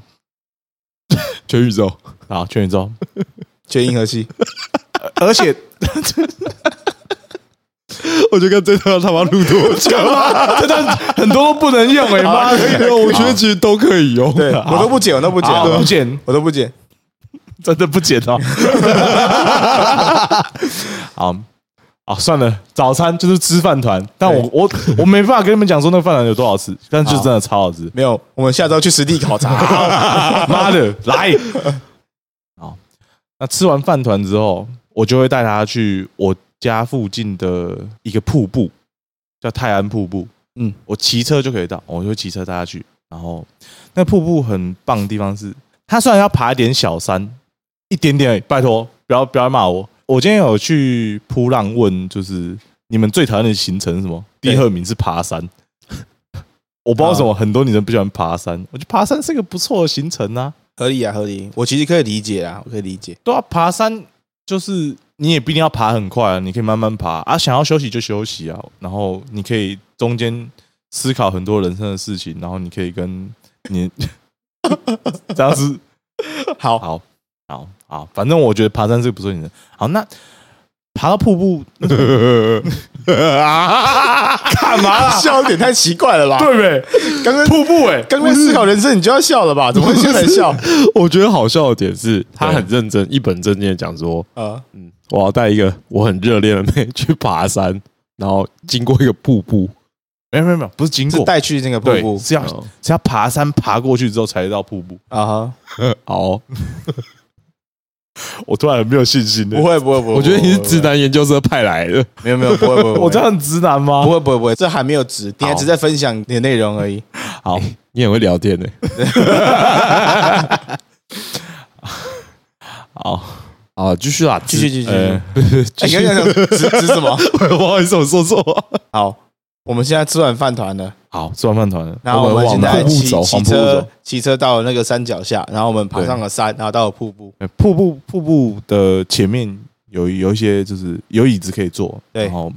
Speaker 3: 全宇宙，
Speaker 2: 好，全宇宙，
Speaker 1: 全银河系，
Speaker 2: 而且
Speaker 3: 我就看这段要他妈录多久啊？
Speaker 2: 这段很多都不能用哎妈的！
Speaker 3: 我觉得其实都可以用。啊
Speaker 1: 对我都不剪，我都不剪，
Speaker 2: 好不剪，
Speaker 1: 我都不剪。
Speaker 2: 真的不剪哦。 好，啊，算了，早餐就是吃饭团，但我我我没办法跟你们讲说那个饭团有多好吃，但就真的超好吃，
Speaker 1: 没有，我们下周去实地考察。
Speaker 2: 妈的，来！好，那吃完饭团之后，我就会带他去我家附近的一个瀑布，叫泰安瀑布。
Speaker 1: 嗯，
Speaker 2: 我骑车就可以到，我就骑车带他去。然后那瀑布很棒的地方是，它虽然要爬一点小山，一点点而已，拜托，不要不要骂我。我今天有去扑浪问，就是你们最讨厌的行程是什么？
Speaker 1: 对啊
Speaker 2: 第二名是爬山。 我不知道为什么很多女生不喜欢爬山，我觉得爬山是一个不错的行程啊。
Speaker 1: 合理啊，合理。我其实可以理解啊，我可以理解。
Speaker 2: 对啊，爬山就是你也不一定要爬很快啊，你可以慢慢爬啊，想要休息就休息啊，然后你可以中间思考很多人生的事情，然后你可以跟你 这样子
Speaker 1: 好，
Speaker 2: 好好好，反正我觉得爬山是个不错的选择。好，那爬到瀑布干嘛啦？
Speaker 1: 啊笑点太奇怪了吧？
Speaker 2: 对不对？
Speaker 1: 刚刚
Speaker 2: 瀑布哎、
Speaker 1: 刚刚思考人生，你就要笑了吧？怎么会现在笑？
Speaker 3: 我觉得好笑的点是，他
Speaker 2: 对
Speaker 3: 很认真，一本正经的讲说，
Speaker 1: 啊，
Speaker 3: 嗯，我要带一个我很热恋的妹去爬山，然后经过一个瀑布，
Speaker 2: 没有没有没有，不是经
Speaker 1: 是
Speaker 2: 过，
Speaker 1: 带去那个瀑
Speaker 2: 对，
Speaker 1: 布
Speaker 2: 是要
Speaker 3: 嗯
Speaker 2: 是要爬山爬过去之后才到瀑布。
Speaker 1: 啊哈？
Speaker 3: 好，
Speaker 2: 我突然很没有信心了
Speaker 1: 不，会不会不会，
Speaker 3: 我觉得你是
Speaker 1: 不会
Speaker 3: 直，男研究社派来的，
Speaker 1: 不会没有没有不会不会，
Speaker 2: 我这样很直男吗
Speaker 1: 不？会不会不会，这还没有值，你还
Speaker 2: 好
Speaker 1: 只在分享你的内容而已。
Speaker 3: 好，你很会聊天 呢、
Speaker 2: 好，
Speaker 3: 啊， 继续啦，
Speaker 1: 继续继续，
Speaker 3: 呃
Speaker 1: 哎你刚刚讲值值什么？
Speaker 3: 不好意思，我说错话。
Speaker 1: 好，我们现在吃完饭团了。
Speaker 2: 好，吃完饭团了，
Speaker 1: 然后
Speaker 3: 我
Speaker 1: 我
Speaker 3: 们
Speaker 1: 们
Speaker 3: 往
Speaker 1: 现在
Speaker 3: 瀑布
Speaker 1: 骑
Speaker 3: 走
Speaker 1: 骑
Speaker 3: 往瀑布
Speaker 1: 车
Speaker 3: 走
Speaker 1: 骑车到了那个山脚下，然后我们爬
Speaker 2: 对
Speaker 1: 上了山，然后到了瀑布。
Speaker 2: 呃瀑布瀑布的前面有有一些就是有椅子可以坐，
Speaker 1: 对
Speaker 2: 然后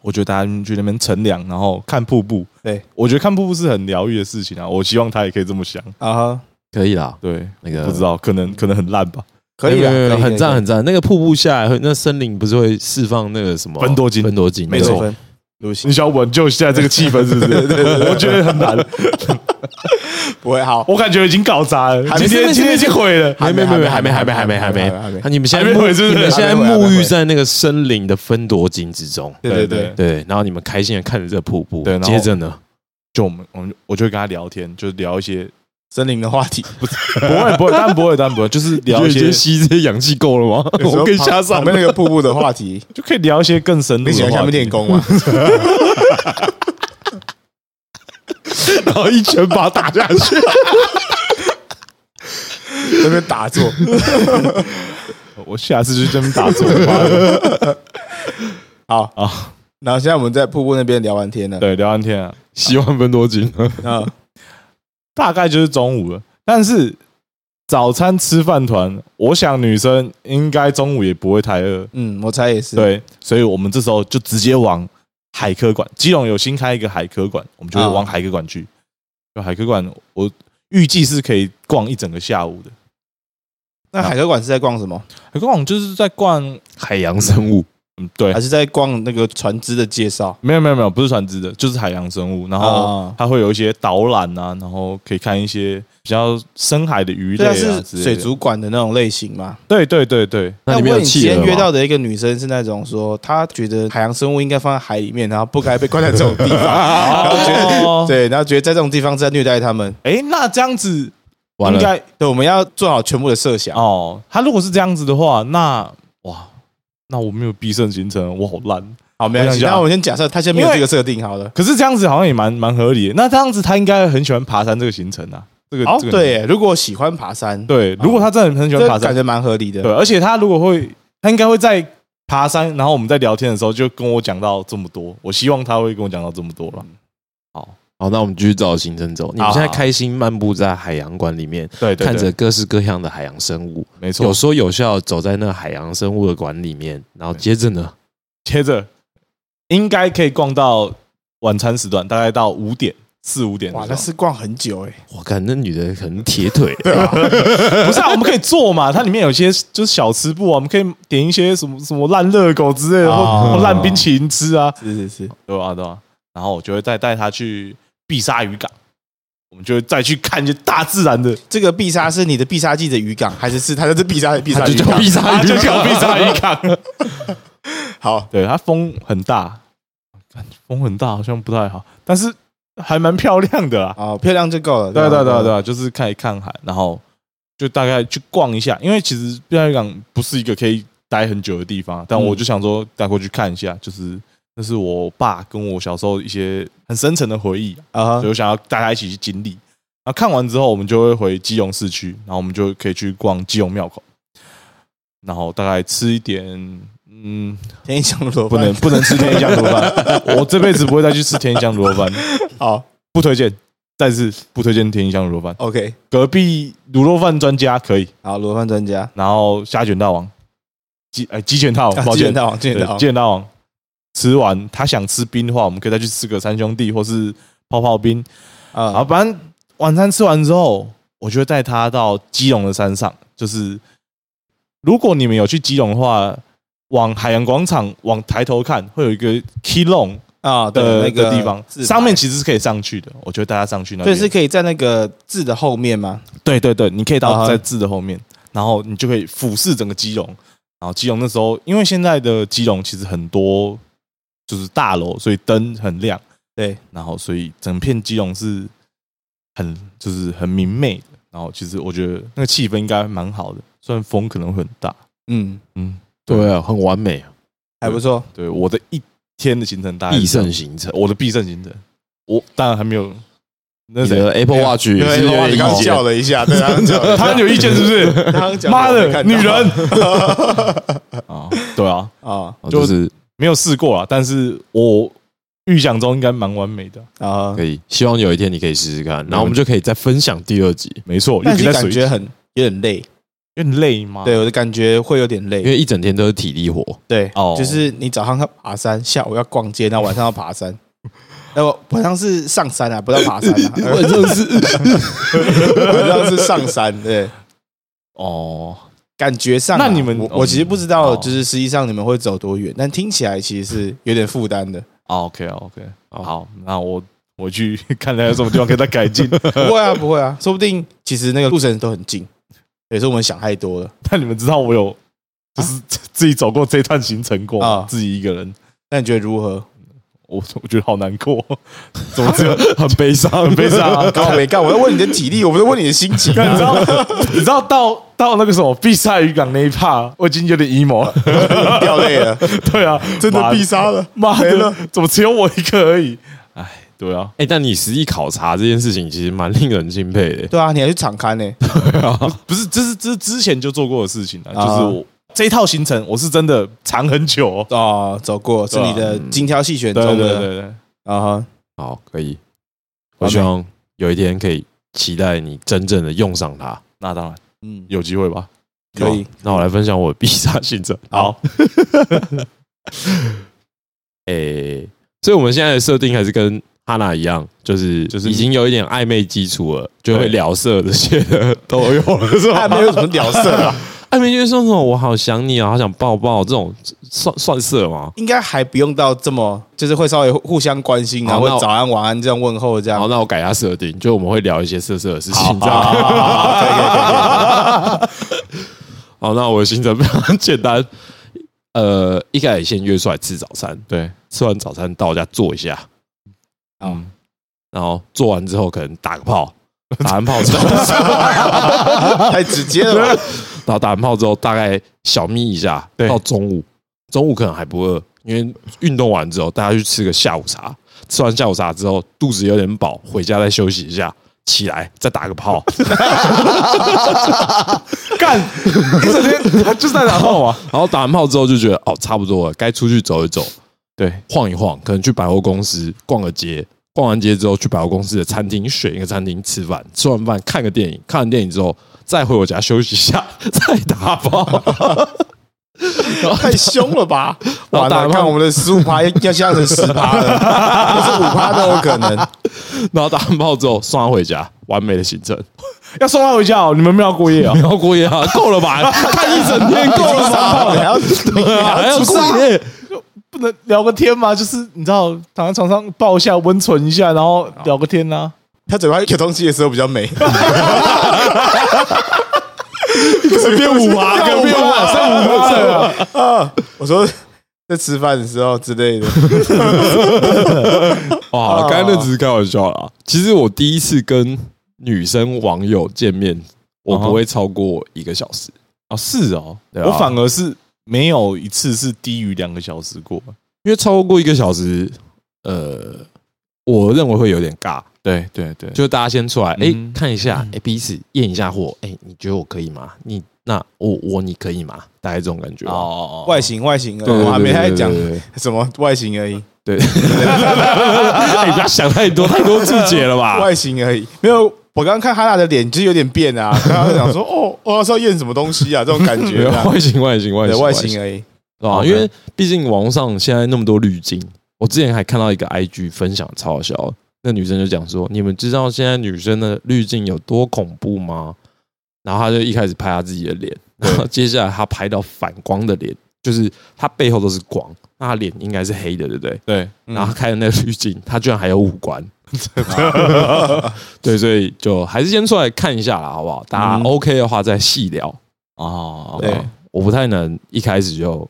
Speaker 2: 我觉得大家去那边乘凉，然后看瀑布。
Speaker 1: 对，
Speaker 2: 我觉得看瀑布是很疗愈的事情啊，我希望他也可以这么想。
Speaker 1: 啊哈，
Speaker 3: 可以啦，
Speaker 2: 对，嗯
Speaker 3: 那个
Speaker 2: 不知道可能可能很烂吧，
Speaker 1: 可以
Speaker 3: 没有
Speaker 1: 了，
Speaker 3: 没有没有
Speaker 1: 可以
Speaker 3: 很赞。
Speaker 1: 可以
Speaker 3: 很赞。那个瀑布下来会，那森林不是会释放那个什么
Speaker 2: 芬多精
Speaker 3: 芬多精，
Speaker 1: 没
Speaker 2: 错
Speaker 1: 错，不
Speaker 2: 你
Speaker 1: 行，
Speaker 2: 想挽救现在这个气氛是不是？ 我觉得很难，
Speaker 1: 不会好，
Speaker 2: 我感觉已经搞砸了，
Speaker 1: 还没
Speaker 2: 今天今天已 经毁了。
Speaker 3: 没有。没有没有，还没还没还没还没还没。啊你们现在沐你们现在沐浴在那个森林的芬多精之中，
Speaker 1: 对对对，
Speaker 3: 对，然后你们开心的看着这瀑布，
Speaker 2: 对然后
Speaker 3: 接着呢，
Speaker 2: 就我们我们我就会跟他聊天，就聊一些
Speaker 1: 森林的话题，
Speaker 2: 不会不会，当然不会当然不会，就是聊
Speaker 3: 你
Speaker 2: 一
Speaker 3: 觉得
Speaker 2: 些
Speaker 3: 已经吸这些氧气够了吗？我可以下 山
Speaker 1: 我们
Speaker 3: 了。
Speaker 1: 那个瀑布的话题。
Speaker 2: 就可以聊一些更深入 的
Speaker 1: 你喜欢
Speaker 2: 话
Speaker 1: 看不
Speaker 2: 题
Speaker 1: 电工吗？
Speaker 3: 然后一拳把他打下去。
Speaker 1: 在那边打坐，
Speaker 2: 我下次就这么打坐 吧。
Speaker 1: 好
Speaker 2: 啊，
Speaker 1: 然后现在我们在瀑布那边聊完天了，
Speaker 2: 对，聊完天啊，
Speaker 3: 喜欢芬多 精，
Speaker 1: 啊，
Speaker 2: 大概就是中午了。但是早餐吃饭团，我想女生应该中午也不会太饿，
Speaker 1: 嗯，我猜也是，，
Speaker 2: 对，所以我们这时候就直接往海科馆，基隆有新开一个海科馆，我们就会
Speaker 1: 啊
Speaker 2: 往海科馆去。就海科馆，我预计是可以逛一整个下午的。
Speaker 1: 那海科馆是在逛什么？
Speaker 2: 海科馆就是在逛，
Speaker 3: 海洋生物，
Speaker 2: 嗯，对
Speaker 1: 还，是在逛那个船只的介绍？
Speaker 2: 没有没有没有，不是船只的，就是海洋生物，然后
Speaker 1: 啊
Speaker 2: 它会有一些导览啊，然后可以看一些比较深海的鱼类
Speaker 1: 对
Speaker 2: 啊
Speaker 1: 啊，
Speaker 2: 之类
Speaker 1: 是
Speaker 2: 的，
Speaker 1: 水族馆的那种类型嘛？
Speaker 2: 对对对对，
Speaker 3: 那里面
Speaker 1: 我
Speaker 3: 有
Speaker 1: 以
Speaker 3: 企鹅
Speaker 1: 前约
Speaker 3: 吗
Speaker 1: 到的一个女生是那种说，她觉得海洋生物应该放在海里面，然后不该被关在这种地方，然后觉得
Speaker 2: 哦，
Speaker 1: 对，然后觉得在这种地方是在虐待他们。
Speaker 2: 哎，那这样子
Speaker 3: 完
Speaker 2: 应
Speaker 3: 了，
Speaker 2: 该
Speaker 1: 对，我们要做好全部的设想。
Speaker 2: 哦，他如果是这样子的话，那哇，那我没有必胜行程，我好烂。
Speaker 1: 好，没关系。
Speaker 2: 我想想
Speaker 1: 那我们先假设她先没有
Speaker 2: 因为
Speaker 1: 这个设定好了。
Speaker 2: 可是这样子好像也蛮蛮合理的。那这样子他应该很喜欢爬山这个行程啊，这个
Speaker 1: 哦，
Speaker 2: 这个
Speaker 1: 对，如果喜欢爬山，，
Speaker 2: 对，如果他真的很喜欢
Speaker 1: 这
Speaker 2: 爬
Speaker 1: 感
Speaker 2: 山，
Speaker 1: 觉蛮合理
Speaker 2: 对，啊
Speaker 1: 的。
Speaker 2: 而且他如果会，他应该会在爬山，然后我们在聊天的时候就跟我讲到这么多。我希望他会跟我讲到这么多了。
Speaker 3: 好，那我们继续照行程走。你们
Speaker 2: 好
Speaker 3: 现在开心漫步在海洋馆里面，
Speaker 2: 对对，
Speaker 3: 看
Speaker 2: 对
Speaker 3: 着，各式各样的海洋生物，
Speaker 2: 没错
Speaker 3: 有。说有笑地走在那海洋生物的馆里面，然后接着呢，
Speaker 2: 接着应该可以逛到晚餐时段，大概到五点四五点的时
Speaker 1: 哇，
Speaker 2: 候。
Speaker 1: 那是逛很久哎，
Speaker 3: 我看那女的可能铁腿，
Speaker 2: 不是啊？我们可以做嘛，它里面有一些就是小吃部啊，我们可以点一些什么什么烂热狗之类的，
Speaker 1: 哦
Speaker 2: 或或烂冰淇淋吃啊，
Speaker 1: 是是是，
Speaker 2: 对吧、对啊吧、然后我就会再带他去碧沙渔港，我们就会再去看一些大自然的，
Speaker 1: 这个必杀是你的必杀技的渔港，还是是它在这必杀的必杀
Speaker 3: 她
Speaker 1: 渔
Speaker 3: 就叫
Speaker 1: 港
Speaker 3: 必？杀
Speaker 2: 啊
Speaker 3: 鱼
Speaker 2: 就叫碧沙渔 港。
Speaker 1: 好，
Speaker 2: 对，它风很大，看风很大好像不太好，但是还蛮漂亮的啦。啊
Speaker 1: 哦，漂亮就够了。
Speaker 2: 对啊
Speaker 1: 吧
Speaker 2: 对对对，就是看一看海，然后就大概去逛一下，因为其实碧海港不是一个可以待很久的地方，但
Speaker 1: 嗯
Speaker 2: 我就想说带过去看一下，就是那是我爸跟我小时候一些很深层的回忆，
Speaker 1: 啊
Speaker 2: 所以
Speaker 1: 哈，
Speaker 2: 我想要大家一起去经历。然后看完之后，我们就会回基隆市区，然后我们就可以去逛基隆庙口，然后大概吃一点，嗯，
Speaker 1: 天一香萝卜
Speaker 2: 不能不能吃天一酱卤肉饭，我这辈子不会再去吃天一酱卤肉饭，
Speaker 1: 好
Speaker 2: 不推荐，再次不推荐天一酱卤肉饭。
Speaker 1: ，OK，
Speaker 2: 隔壁卤肉饭专家可以，
Speaker 1: 好，罗饭专家
Speaker 2: 然后虾卷大王，鸡哎鸡拳套，
Speaker 1: 啊
Speaker 2: 抱
Speaker 1: 鸡拳，
Speaker 2: 歉
Speaker 1: 套，鸡拳
Speaker 2: 对
Speaker 1: 套，
Speaker 2: 剑道王吃完，他想吃冰的话，我们可以再去吃个三兄弟或是泡泡冰。好，
Speaker 1: 啊，
Speaker 2: 反正晚餐吃完之后，我就会带他到基隆的山上。就是如果你们有去基隆的话，往海洋广场往抬头看，会有一个 Key Long
Speaker 1: 啊，对，
Speaker 2: 的
Speaker 1: 那
Speaker 2: 个
Speaker 1: 个
Speaker 2: 地方，
Speaker 1: 字牌
Speaker 2: 上面其实是可以上去的。我就会带他上去那
Speaker 1: 所以
Speaker 2: 边。
Speaker 1: 是可以在那个字的后面吗？
Speaker 2: 对对对，你可以
Speaker 1: 啊
Speaker 2: 到
Speaker 1: 哈
Speaker 2: 在字的后面，然后你就可以俯视整个基隆。然后基隆那时候，因为现在的基隆其实很多就是大楼，所以灯很亮，
Speaker 1: 对，
Speaker 2: 然后所以整片基隆是很就是很明媚的。然后其实我觉得那个气氛应该蛮好的，虽然风可能会很大。
Speaker 1: 嗯，
Speaker 2: 嗯，
Speaker 3: 对啊，很完美，
Speaker 1: 还不错。
Speaker 2: 对，我的一天的行程大概是
Speaker 3: 必
Speaker 2: 这样
Speaker 3: 胜，行程。
Speaker 2: 我的必胜行程，我当然还没有那
Speaker 3: 你
Speaker 2: 谁
Speaker 3: 的 Apple Watch 也是有点意
Speaker 1: 刚
Speaker 3: 见
Speaker 1: 叫了一下，对，
Speaker 2: 他有意见 是不 是？
Speaker 1: 是
Speaker 2: 妈的，女人 啊，对啊，
Speaker 1: 啊
Speaker 3: 哦就是
Speaker 2: 没有试过啊，但是我预想中应该蛮完美的。
Speaker 1: 啊！
Speaker 3: 可以，希望有一天你可以试试看，然后我们就可以再分享第二集，
Speaker 2: 没错，
Speaker 1: 但
Speaker 2: 尤其
Speaker 1: 是
Speaker 2: 在
Speaker 1: 感
Speaker 2: 水啊
Speaker 1: 觉很有点累，
Speaker 2: 有点累吗？
Speaker 1: 对我的感觉会有点
Speaker 3: 因
Speaker 1: 累。
Speaker 3: 为一整天都是体力活。
Speaker 1: 对，
Speaker 2: 哦
Speaker 1: 就是你早上要爬山，下午要逛街，然后晚上要爬山。 那我晚上是上山啊，不要爬山啊，晚上是 晚上是上山，对，
Speaker 2: 哦，
Speaker 1: 感觉上啊、
Speaker 2: 那你们
Speaker 1: 我我其实不知道，
Speaker 2: 哦
Speaker 1: 就是实际上你们会走多远，但听起来其实是有点负担的。
Speaker 2: 啊，OK OK，好，那我我去 看还有什么地方可以再 改进。
Speaker 1: 不会啊，不会啊，说不定其实那个路程都很近，有时候我们想太多了。
Speaker 2: 但你们知道我有就是自己走过这趟行程过吗
Speaker 1: 啊
Speaker 2: 自己一个人，
Speaker 1: 那你觉得如何？
Speaker 2: 我我觉得好难过，怎么这样很悲伤，很悲伤 啊。
Speaker 1: 刚没 干，我要问你的体力，我不是问你的心情
Speaker 2: 干你知道，你知道到到那个什么碧沙渔港那一趴，我已经有点 emo 了。
Speaker 1: 掉泪了，
Speaker 2: 对啊，
Speaker 1: 真的必杀了，
Speaker 2: 妈
Speaker 1: 没了
Speaker 2: 的，怎么只有我一个而已？哎，对啊，
Speaker 3: 哎，但你实地考察这件事情，其实蛮令人敬佩的。
Speaker 1: 对啊，你还去敞刊呢？
Speaker 2: 不是，这是这是之前就做过的事情啊，
Speaker 1: 啊
Speaker 2: 就是我这一套行程，我是真的藏很久哦、
Speaker 1: 哦，走过是
Speaker 2: 对啊
Speaker 1: 你的精挑细选
Speaker 2: 对
Speaker 1: 中
Speaker 2: 对对
Speaker 1: 的
Speaker 2: 对，
Speaker 1: 啊哈，
Speaker 3: 好，可以，
Speaker 1: 完美
Speaker 3: 我希望有一天可以期待你真正的用上它。
Speaker 2: 那当然
Speaker 1: 嗯，
Speaker 2: 有机会吧。
Speaker 1: 可以
Speaker 3: 好。那我来分享我的必杀行程。
Speaker 2: 好，
Speaker 3: 诶、所以我们现在的设定还是跟哈娜一样，就是
Speaker 2: 就是
Speaker 3: 已经有一点暧昧基础了，就会
Speaker 2: 对
Speaker 3: 聊色这些的都有了，是吧？
Speaker 1: 暧昧有什么屌色啊？
Speaker 3: 暧昧就是说什么我好想你啊，好想抱抱这种算算色吗？
Speaker 1: 应该还不用到这么，就是会稍微互相关心，然
Speaker 3: 好
Speaker 1: 后会
Speaker 3: 那我
Speaker 1: 早安晚安这样问候这样
Speaker 3: 好，。那我改一下设定，就我们会聊一些色色的事情，这
Speaker 1: 好好好好好可以可以可以可以
Speaker 3: 样。好，那我的行程非常简单，呃，一开始先约出来吃早餐，
Speaker 2: 对，
Speaker 3: 吃完早餐到我家坐一下，
Speaker 1: 嗯，
Speaker 3: 然后做完之后可能打个炮，打完炮之后，
Speaker 1: 太直接了吧，
Speaker 3: 然后打完炮之后大概小眯一下，
Speaker 2: 对
Speaker 3: 到中午，中午可能还不饿，因为运动完之后大家去吃个下午茶，吃完下午茶之后肚子有点饱，回家再休息一下，起来再打个炮，
Speaker 2: 干一整天他 就是在打炮嘛。
Speaker 3: 然后打完炮之后就觉得哦差不多了，该出去走一走，
Speaker 2: 对，
Speaker 3: 晃一晃，可能去百货公司逛个街，逛完街之后去百货公司的餐厅选一个餐厅吃饭，吃完饭看个电影，看完电影之后再回我家休息一下， 再打包。然后
Speaker 1: 太凶了吧？完
Speaker 3: 然后打
Speaker 1: 了，
Speaker 3: 完
Speaker 1: 看
Speaker 3: 炮
Speaker 1: 我，们的十五趴要要下成十趴了，就是五趴都有可能。
Speaker 3: 然后打完炮之后送他回家，完美的行程。
Speaker 2: 要送他回家哦，你们没有过夜哦。
Speaker 3: 然后过夜啊，够了吧？看一整天够了吧？
Speaker 1: 还要
Speaker 3: 啊还要过
Speaker 2: 啊
Speaker 3: 夜？
Speaker 2: 不能聊个天吗？就是你知道，躺在床上抱一下，温存一下，然后聊个天啊呐、
Speaker 1: 他嘴巴有东西的时候比较 美，随便五 啊，
Speaker 2: 啊。
Speaker 1: 跟
Speaker 2: 没有晚上五趴了，
Speaker 1: 啊！我说在吃饭的时候之类的，
Speaker 3: 哦，好了，刚才那只是开玩笑啦。其实我第一次跟女生网友见面，我不会超过一个小时。
Speaker 2: 啊哦，是哦，
Speaker 3: 对啊
Speaker 2: 我反而是没有一次是低于两个小时过。
Speaker 3: 因为超过一个小时，呃，我认为会有点尬。
Speaker 2: 对对对，
Speaker 3: 就大家先出来，哎、
Speaker 2: 嗯
Speaker 3: 看一下，哎、彼此验一下货，哎、你觉得我可以吗？你那我我你可以吗？大概这种感觉吧。
Speaker 2: 哦
Speaker 1: 外形外形，
Speaker 3: 对，对
Speaker 1: 我还没太讲
Speaker 3: 对对对
Speaker 1: 什么外形而已，
Speaker 3: 对，对你不要想太多，太多注解了吧？
Speaker 1: 外形而已，没有我刚刚看哈娜的脸就是有点变 啊，刚刚想说哦，我是要验什么东西啊，这种感
Speaker 3: 没
Speaker 1: 觉
Speaker 3: 有
Speaker 1: 啊，
Speaker 3: 外形外形外
Speaker 1: 对
Speaker 3: 形
Speaker 1: 外形而已。
Speaker 3: 对吧？
Speaker 2: OK
Speaker 3: 因为毕竟网络上现在那么多滤镜，我之前还看到一个 IG 分享超好笑的，那女生就讲说：“你们知道现在女生的滤镜有多恐怖吗？”然后她就一开始拍她自己的脸，然后接下来她拍到反光的脸，就是她背后都是光，那她脸应该是黑的，对不对？
Speaker 2: 对，
Speaker 1: 嗯
Speaker 2: 嗯
Speaker 3: 然后她开的那个滤镜，她居然还有五 官。对，所以就还是先出来看一下啦，好不好？大家
Speaker 1: 嗯
Speaker 3: OK 的话再细聊。
Speaker 2: 哦，
Speaker 1: 对
Speaker 3: 我不太能一开始就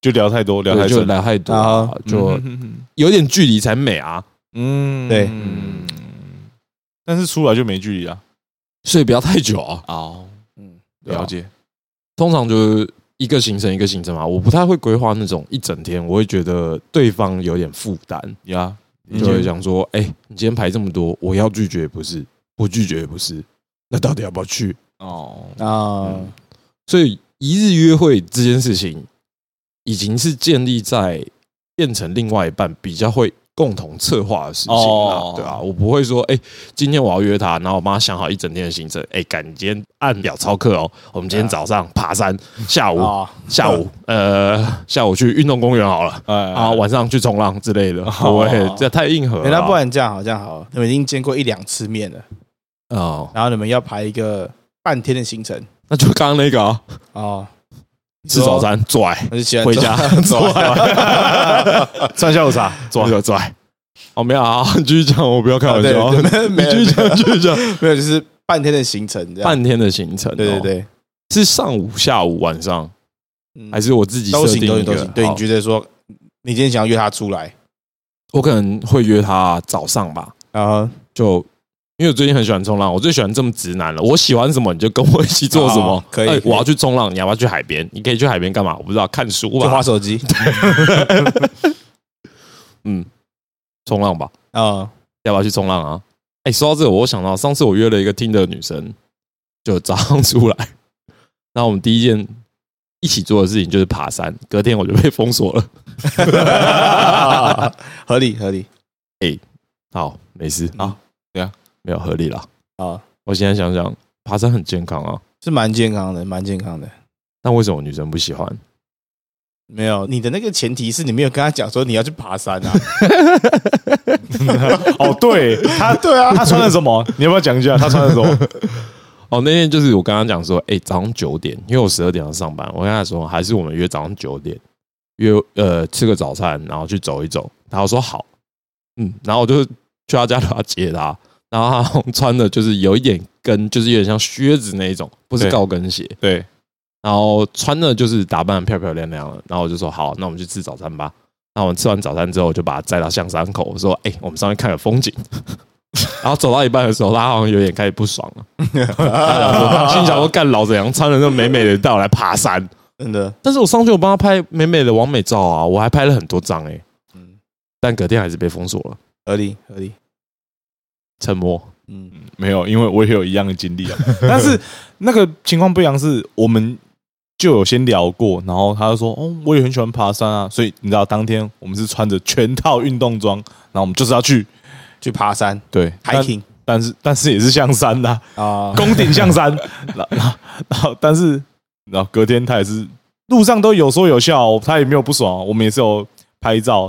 Speaker 2: 就聊太多，聊嗯
Speaker 3: 对
Speaker 2: 太
Speaker 3: 就
Speaker 2: 深，
Speaker 3: 聊太多
Speaker 1: 啊
Speaker 3: 啊，就有点距离才美啊，
Speaker 2: 嗯
Speaker 1: 对
Speaker 2: 嗯，但是出来就没距离啊。
Speaker 3: 所以不要太久啊。
Speaker 2: 哦，
Speaker 1: 嗯，
Speaker 3: 对啊
Speaker 2: 了解。
Speaker 3: 通常就是一个行程一个行程嘛，我不太会规划那种一整天，我会觉得对方有点负担，
Speaker 2: 呀，理
Speaker 3: 就会
Speaker 2: 解。
Speaker 3: 想说，哎、你今天排这么多，我要拒绝也不是，不拒绝也不是，那到底要不要去？
Speaker 2: 哦，
Speaker 1: 啊，
Speaker 3: 嗯所以一日约会这件事情，已经是建立在变成另外一半比较会共同策划的事情了，
Speaker 2: 哦
Speaker 3: 对啊，我不会说，哎、今天我要约他，然后我妈想好一整天的行程，哎、赶你今天按表操课哦，我们今天早上爬山，下午、
Speaker 1: 啊，
Speaker 3: 下午呃下午去运动公园好了。
Speaker 2: 哎，
Speaker 1: 呃
Speaker 3: 啊，晚上去冲浪之类的，不会，这太硬核了
Speaker 1: 哎
Speaker 3: 啊。
Speaker 1: 哦那不然这样好，这样好，你们已经见过一两次面了，
Speaker 3: 哦，
Speaker 1: 然后你们要排一个半天的行程
Speaker 3: 那就刚刚那个啊，
Speaker 1: 哦，
Speaker 3: 吃早餐， 拽，
Speaker 1: 我就喜欢
Speaker 3: 回家
Speaker 1: 走
Speaker 2: 上下午 茶，啊
Speaker 3: 拽个拽。哦，没有啊， 你继续讲，我不要开玩
Speaker 1: 对
Speaker 3: 笑。
Speaker 1: 啊对没有
Speaker 3: 你继续讲，继续讲。
Speaker 1: 没有，就是半天的行程这样。
Speaker 3: 半天的行程、哦，
Speaker 1: 对对，对，
Speaker 3: 是上午、下午、晚上，
Speaker 1: 嗯
Speaker 3: 还是我自己
Speaker 1: 都
Speaker 3: 设
Speaker 1: 行
Speaker 3: 定
Speaker 1: 都
Speaker 3: 一
Speaker 1: 行都
Speaker 3: 个？哦
Speaker 1: 行。对你
Speaker 3: 好
Speaker 1: 觉得说，你今天想要约他出来，
Speaker 3: 我可能会约他早上吧，
Speaker 1: 然后
Speaker 3: 就因为我最近很喜欢冲浪，我最喜欢这么直男了。我喜欢什么，你就跟我一起做什么。
Speaker 1: 哦可以
Speaker 3: 哎
Speaker 1: 可以
Speaker 3: 我要去冲浪，你要不要去海边？你可以去海边干嘛？我不知道，看书
Speaker 1: 就划
Speaker 3: 吧，
Speaker 1: 手 机
Speaker 3: 嗯，冲浪吧，
Speaker 1: 啊，
Speaker 3: 要不要去冲浪啊？哎、说到这个，我想到上次我约了一个听的女生，就早上出来， 然后我们第一件一起做的事情就是爬山，隔天我就被封锁了。
Speaker 1: 合理合理
Speaker 3: 好，没事
Speaker 1: 啊，
Speaker 2: 对啊，
Speaker 3: 没有合理啦。
Speaker 1: 啊，
Speaker 3: 我现在想想，爬山很健康啊，
Speaker 1: 是蛮健康的，蛮健康的。
Speaker 3: 但为什么女生不喜欢？
Speaker 1: 没有，你的那个前提是你没有跟他讲说你要去爬山 啊。
Speaker 2: 哦，对他，对啊，他穿的什么？你要不要讲一下他穿的什么？
Speaker 3: 哦，那天就是我跟她讲说，哎、早上九点，因为我十二点要上班，我跟她说还是我们约早上九点，约呃吃个早餐，然后去走一走。然后说好，嗯，然后我就去她家楼下接她，然后她好像穿的就是有一点跟，就是有点像靴子那一种，不是
Speaker 2: 对
Speaker 3: 高跟鞋，
Speaker 2: 对，
Speaker 3: 然后穿的就是打扮得漂漂亮亮的，然后我就说好，那我们去吃早餐吧。那我们吃完早餐之后，我就把他载到象山口，我说：“哎、我们上去看个风景。” 然后走到一半的时候，他好像有点开始不爽了， 他想说他心想说：“干老子娘穿的那么美美的，带我来爬山。
Speaker 1: 真的，”
Speaker 3: 但是我上去我帮他拍美美的完美照啊，我还拍了很多张哎、
Speaker 1: 嗯，
Speaker 3: 但隔天还是被封锁了，
Speaker 1: 合理合理，
Speaker 3: 沉默。
Speaker 1: 嗯，
Speaker 2: 没有，因为我也有一样的经历啊。 但是那个情况不一样，是我们就有先聊过，然后他就说：“哦，我也很喜欢爬山啊。”所以你知道，当天我们是穿着全套运动装，然后我们就是要去
Speaker 1: 去爬山
Speaker 2: 对
Speaker 1: hiking
Speaker 2: 但但是但是也是象山呐、
Speaker 1: 啊，
Speaker 2: 宫顶象山。 然然后然后，但是然后隔天他也是路上都有说有笑哦，他也没有不爽哦，我们也是有拍照